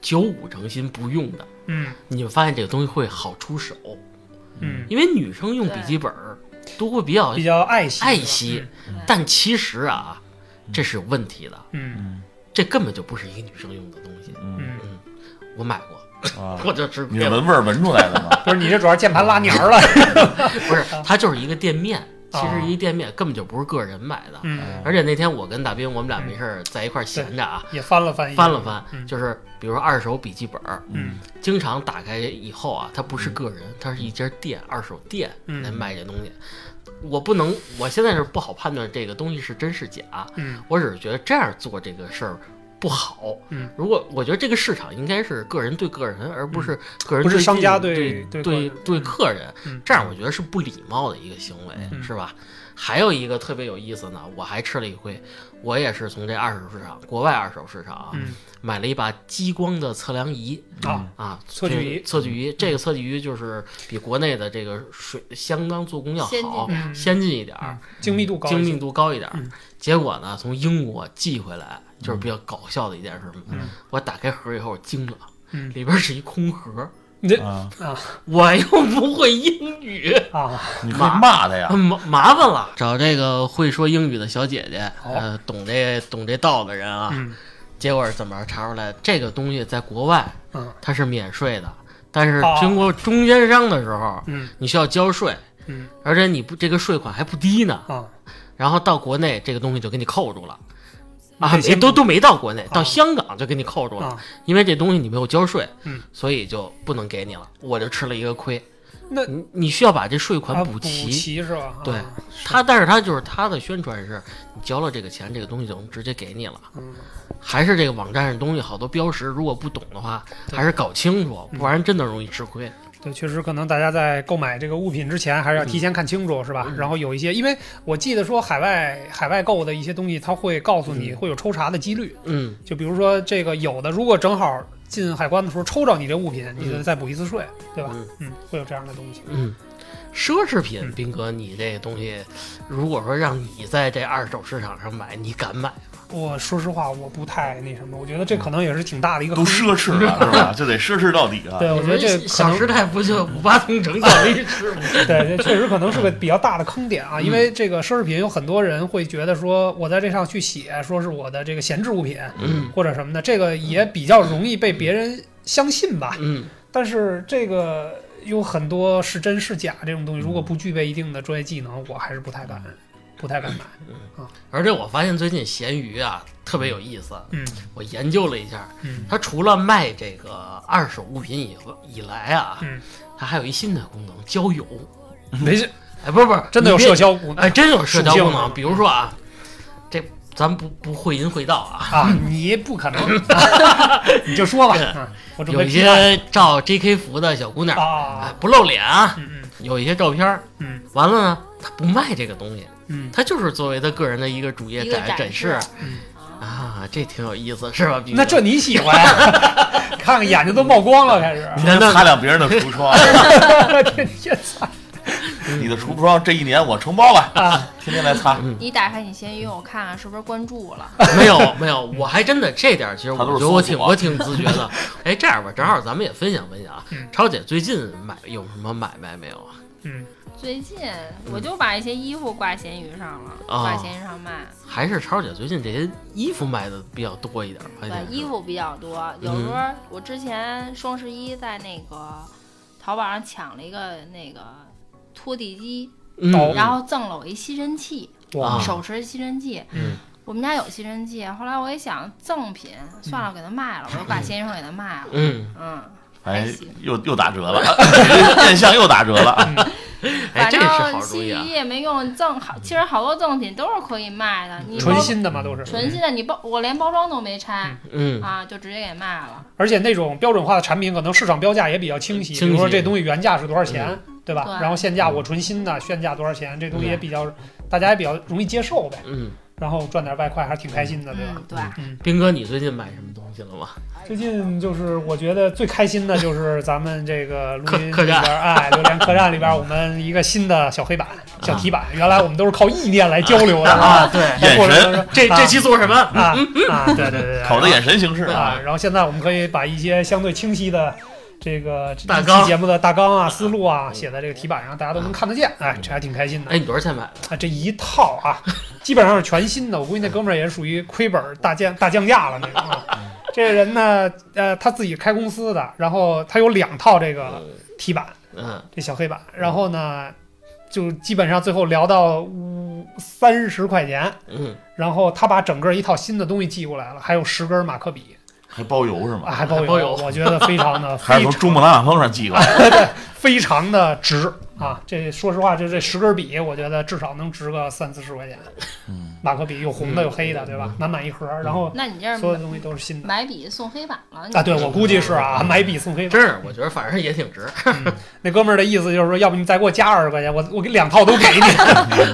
A: 九五成新不用的，
C: 嗯
A: 你就发现这个东西会好出手，
C: 嗯，
A: 因为女生用笔记本儿都会比较
C: 比较爱惜，
A: 爱惜，
B: 嗯
A: 但其实啊，这是有问题的，
C: 嗯
A: 这根本就不是一个女生用的东西。
C: 嗯，
A: 我买过，
E: 嗯
D: 啊，
A: 我就吃
D: 你
A: 亏
D: 是
A: 了。
D: 闻味儿闻出来的吗？
C: 不是你这主要是键盘拉黏 儿了，
A: 不是，它就是一个店面，其
C: 啊
A: 实一店面根本就不是个人买的。
C: 嗯，
A: 而且那天我跟大斌，我们俩没事儿在一块儿闲着啊，
C: 也翻了翻一下，
A: 翻了翻，
C: 嗯
A: 就是比如说二手笔记本儿，
C: 嗯
A: 经常打开以后啊，它不是个人，它是一家店，二手店
C: 嗯
A: 来卖这东西。我不能，我现在是不好判断这个东西是真是假，
C: 嗯
A: 我只是觉得这样做这个事儿不好。
C: 嗯，
A: 如果我觉得这个市场应该是个人对个人，而不是个人
C: 嗯不是
A: 对
C: 商家
A: 对
C: 对
A: 对
C: 对个人
A: 客人
C: 嗯，
A: 这样我觉得是不礼貌的一个行为，
C: 嗯
A: 是吧？还有一个特别有意思呢，我还吃了一回，我也是从这二手市场，国外二手市场啊，
C: 嗯
A: 买了一把激光的测量仪，
C: 啊，
A: 啊，
C: 测距仪嗯
A: 这个测距仪，这个测距仪就是比国内的这个水相当做工要
B: 先进
A: 好，
B: 点
C: 儿
A: 先进一点儿，
C: 嗯精密度高一些，
A: 精密度高一点儿
C: 嗯。
A: 结果呢，从英国寄回来就是比较搞笑的一件事嘛
C: 嗯。
A: 我打开盒以后我惊了，
C: 嗯
A: 里边是一空盒，
E: 嗯
D: 啊，
A: 我又不会英语，
C: 啊，
D: 你可以骂他呀。
A: 麻麻烦了，找这个会说英语的小姐姐，
C: 好
A: 呃，懂这懂这道的人啊，
C: 嗯
A: 结果是怎么着查出来？这个东西在国外
C: 嗯
A: 它是免税的，但是
C: 哦
A: 经过中间商的时候，
C: 嗯
A: 你需要交税，
C: 嗯
A: 而且你不这个税款还不低呢。
C: 啊，
A: 然后到国内，这个东西就给你扣住了。啊，
C: 得
A: 没
C: 先
A: 都都没到国内，到
C: 啊
A: 香港就给你扣住了，
C: 啊
A: 因为这东西你没有交税，
C: 嗯
A: 所以就不能给你了，我就吃了一个亏。
C: 那
A: 你你需要把这税
C: 啊
A: 款
C: 补
A: 齐，
C: 齐是吧？
A: 对
C: 啊是
A: 他但是他就是他的宣传是，你交了这个钱，这个东西就能直接给你了。
C: 嗯
A: 还是这个网站上东西好多标识，如果不懂的话，
C: 对
A: 还是搞清楚，
C: 嗯
A: 不然真的容易吃亏。
C: 对，确实可能大家在购买这个物品之前，还是要提前看清楚，是吧？然后有一些，因为我记得说海外海外购的一些东西，它会告诉你会有抽查的几率。
A: 嗯，
C: 就比如说这个有的，如果正好进海关的时候抽着你这物品，你就再补一次税，对吧？
A: 嗯
C: 嗯，会有这样的东西。
A: 嗯，奢侈
C: 嗯
A: 品，斌哥，你这个东西，如果说让你在这二手市场上买，你敢买？
C: 我说实话，我不太那什么，我觉得这可能也是挺大的一个
E: 都
C: 坑。
E: 奢侈了是吧？就得奢侈到底啊！
C: 呃对，我觉得这
A: 《
C: 可
A: 小
C: 能
A: 时代》不就五八同城小历史 吗？
C: 对，这确实可能是个比较大的坑点啊，因为这个奢侈品有很多人会觉得说，我在这上去写说是我的这个闲置物品
A: 嗯
C: 或者什么的，这个也比较容易被别人相信吧。
A: 嗯，
C: 但是这个有很多是真是假这种东西，如果
A: 嗯
C: 不具备一定的专业技能，我还是不太敢，不太 敢买。
A: 而且我发现最近闲鱼啊特别有意思，
C: 嗯
A: 我研究了一下，
C: 嗯
A: 它除了卖这个二手物品以以来啊，
C: 嗯，
A: 它还有一新的功能，交友。
C: 没事，
A: 哎，不是不是，
C: 真的有
A: 你别
C: 社交功能
A: 哎，真有社交功
C: 属性
A: 能。
C: 的
A: 比如说啊，这咱不不会淫会道啊，
C: 啊，你不 可能， 你就说吧，啊我准
A: 嗯有
C: 备
A: 一
C: 批判
A: 些照 JK 服的小姑娘，哎
C: 啊，，
A: 不露脸啊，
C: 嗯嗯
A: 有一些照片儿，
C: 嗯
A: 完了呢，她不卖这个东西，
C: 嗯，
A: 她就是作为她个人的一个主页
B: 一个
A: 展
B: 展
A: 示
B: 示。
A: 啊，这挺有意思，是吧？斌哥
C: 那这你喜欢 呀？看看眼睛都冒光了，开始。
E: 你
A: 嗯
E: 先擦亮别人的橱窗，
C: 天天擦
E: 你的橱窗这一年我承包了，
C: 啊！
E: 天天来擦。哎
B: 你打开你闲鱼，我看看是不是关注 我了。
A: 没有没有，我还真的这点儿，其实我
E: 他都
A: 觉
E: 是
A: 得我
E: 搜
A: 挺
E: 索啊
A: 我挺自觉的。哎，这样吧，正好咱们也分享分享啊
C: 嗯。
A: 超姐最近买有什么买卖没有啊？
C: 嗯，
B: 最近
A: 嗯
B: 我就把一些衣服挂闲鱼上了，
A: 哦
B: 挂闲鱼上卖，
A: 还是超姐最近这些衣服卖的比较多一点儿，发
B: 对
A: 现，是
B: 衣服比较多。有
A: 嗯
B: 时候我之前双十一在那个淘宝上抢了一个那个拖地机，
A: 嗯，
C: 哦
B: 然后赠了我一吸尘器，
A: 啊
B: 手持吸尘器。
A: 嗯
B: 我们家有吸尘器，后来我也想赠品，算了，给它卖了，我就把闲鱼上给它卖了。
A: 嗯，
B: 嗯，还
E: 哎
B: 行，
E: 又又打折了， 变相又打折了。
A: 哎，
B: 反
A: 这
B: 正
A: 是好主
B: 洗
A: 意啊
B: 衣。也没用，赠好，其实好多赠品都是可以
A: 嗯
B: 卖的。你
C: 纯
B: 包
C: 新的嘛都是，
B: 纯新的，你包我连包装都没拆、
A: 嗯，
B: 啊，就直接给卖了。
C: 而且那种标准化的产品，可能市场标价也比较清晰，嗯
A: 清晰
C: 比如说这东西原价是多少钱，对吧？
B: 对
C: 然后现价我纯新的，现价多少钱，这东西也比较，大家也比较容易接受呗。
A: 嗯，
C: 然后赚点外快还是挺开心的，对吧
B: 嗯，？对，
A: 斌哥，你最近买什么东西了 吗？
C: 最近就是我觉得最开心的就是咱们这个录音里
A: 客客
C: 边，
A: 栈
C: 哎，榴莲客栈里边，我们一个新的小黑板、小题板。原来我们都是靠意念来交流的啊，
A: 对，
E: 眼
C: 或者
E: 神
C: 说
A: 这
C: 啊
A: 这期做什么？
C: 啊啊，对对对 对，
E: 考的眼神形式
C: 啊
E: 啊，，
C: 然后现在我们可以把一些相对清晰的这个这
A: 大
C: 期
A: 纲嗯
C: 节目的大纲啊、思路啊写在这个题板上，大家都能看得见，哎，这还挺开心的
A: 哎，。你多少钱买的？
C: 啊，这一套啊，基本上是全新的，我
A: 嗯
C: 估计那哥们儿也属于亏本儿大降大降价了那种啊。这人呢，呃，他自己开公司的，然后他有两套这个题板，
A: 嗯，
C: 这小黑板，然后呢，就基本上最后聊到五三十块钱，
A: 嗯
C: 然后他把整个一套新的东西寄过来了，还有十根马克笔，
E: 还包邮是
C: 啊，
E: 吗？
C: 还包
A: 还包邮
C: 我觉得非常的
E: 还是
C: 非
E: 从
C: 常
E: 珠穆朗玛峰上寄过来？
C: 非常的值啊！这说实话，就这十根笔，我觉得至少能值个三四十块钱。
E: 嗯，
C: 马克笔有红的有黑的，对吧？满满一盒，然后
B: 那你这
C: 所有
B: 儿
C: 的东西都是新的。
B: 买笔送黑板了？你
C: 啊，对，我估计是啊，
E: 嗯
C: 买笔送黑板。
A: 真是，我觉得反正也挺 值。
C: 那哥们儿的意思就是说，要不你再给我加二十块钱，我我给两套都给你。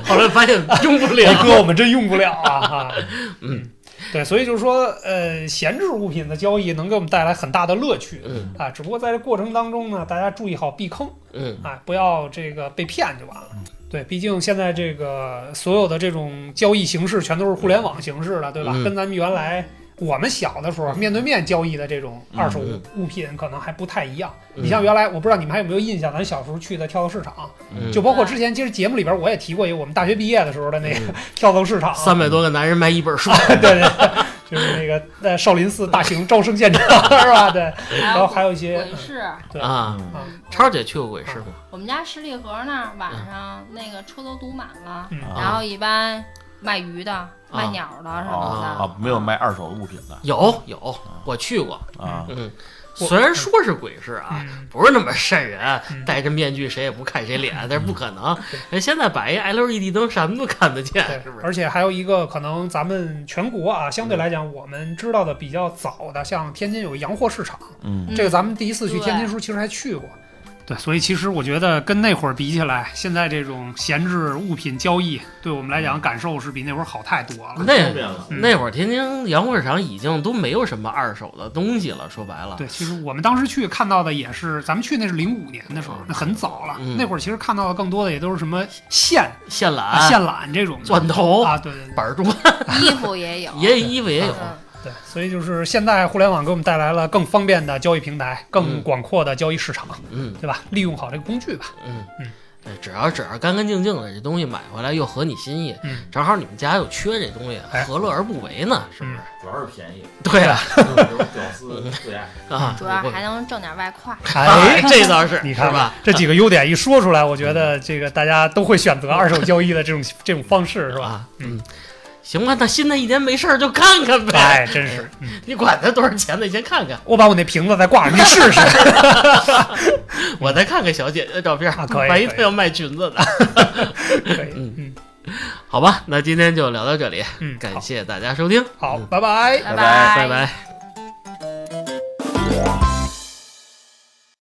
A: 后来发现用不
C: 哎
A: 了。
C: 哥，我们真用不了啊。啊
A: 嗯，
C: 对，所以就是说，呃，闲置物品的交易能给我们带来很大的乐趣
A: 嗯
C: 啊。只不过在这过程当中呢，大家注意好避坑。
A: 嗯
C: 哎，不要这个被骗就完了。对，毕竟现在这个所有的这种交易形式全都是互联网形式了，对吧？
A: 嗯
C: 跟咱们原来我们小的时候面对面交易的这种
E: 嗯
C: 二手物
A: 嗯
C: 物品可能还不太一样。
A: 嗯
C: 你像原来，我不知道你们还有没有印象，咱小时候去的跳蚤市场，
A: 嗯，
C: 就包括之前其实节目里边我也提过一个我们大学毕业的时候的那个跳蚤市场啊，
A: 嗯 三百多个男人卖一本书。
C: 对对对，就是那个呃少林寺大型招生现场 是吧？对，然后还有一些
B: 鬼市，
C: 对
A: 啊。
E: 哦
C: 啊
A: 超姐去过鬼市吗？
B: 我们家十里河那儿
A: 嗯
B: 晚上那个车都堵满了，
C: 嗯
A: 啊
B: 然后一般卖鱼的、卖鸟的什么的，
A: 啊
E: 啊，没有卖二手物品的
A: 有有，我去过。
E: 啊，
A: 嗯，
C: 我
A: 虽然说是鬼市啊，
C: 嗯
A: 不是那么瘆人
C: 嗯，
A: 戴着面具谁也不看谁脸，但是不可能。人现在摆一 LED 灯，什么都看得见， 是
C: 对
A: 不，是？
C: 而且还有一个可能，咱们全国啊，相对来讲，我们知道的比较早的，像天津有洋货市场，
E: 嗯，
B: 嗯
C: 这个咱们第一次去
B: 对
C: 天津时候其实还去过。对，所以其实我觉得跟那会儿比起来，现在这种闲置物品交易，对我们来讲感受是比那会儿好太多了。
A: 那
E: 了
C: 嗯
A: 那会儿天津洋货市场已经都没有什么二手的东西了，说白了，
C: 对，其实我们当时去看到的也是，咱们去那是零五年的时候，那很早了。
A: 嗯
C: 那会儿其实看到的更多的也都是什么线、
A: 线
C: 啊、
A: 缆、
C: 线缆这种的
A: 钻头、
C: 啊，对对对。
A: 板儿砖，
B: 衣服也有。
A: 也衣服也有。
B: 嗯，
C: 对，所以就是现在互联网给我们带来了更方便的交易平台，更
A: 嗯
C: 广阔的交易市场，
A: 嗯
C: 对吧？利用好这个工具吧。
A: 嗯
C: 嗯
A: 哎只要只要干干净净的，这东西买回来又合你心意，
C: 嗯
A: 正好你们家又缺这东西，
C: 哎嗯
A: 何乐而不为呢？是不是？
E: 主要是便宜，
A: 对啊，
E: 屌丝最爱。
A: 啊，
B: 嗯主要还能挣点外快。
A: 哎，这倒是，
C: 你看
A: 是吧？
C: 这几个优点一说出来，我觉得这个大家都会选择二手交易的这种这种方式，是 吧？
A: 啊，嗯，行吧，那新的一年没事儿就看看呗，
C: 哎，真是，嗯
A: 你管它多少钱呢，你先看看，
C: 我把我那瓶子再挂上去 试试。
A: 我再看看小姐姐的照片
C: 嗯啊，可以
A: 万一
C: 可以
A: 她要卖裙子呢？
C: 可以，
A: 嗯
C: 嗯，
A: 好吧，那今天就聊到这里，
C: 嗯
A: 感谢大家收听，嗯
C: 好，拜拜。
B: 拜
E: 拜
A: 拜拜。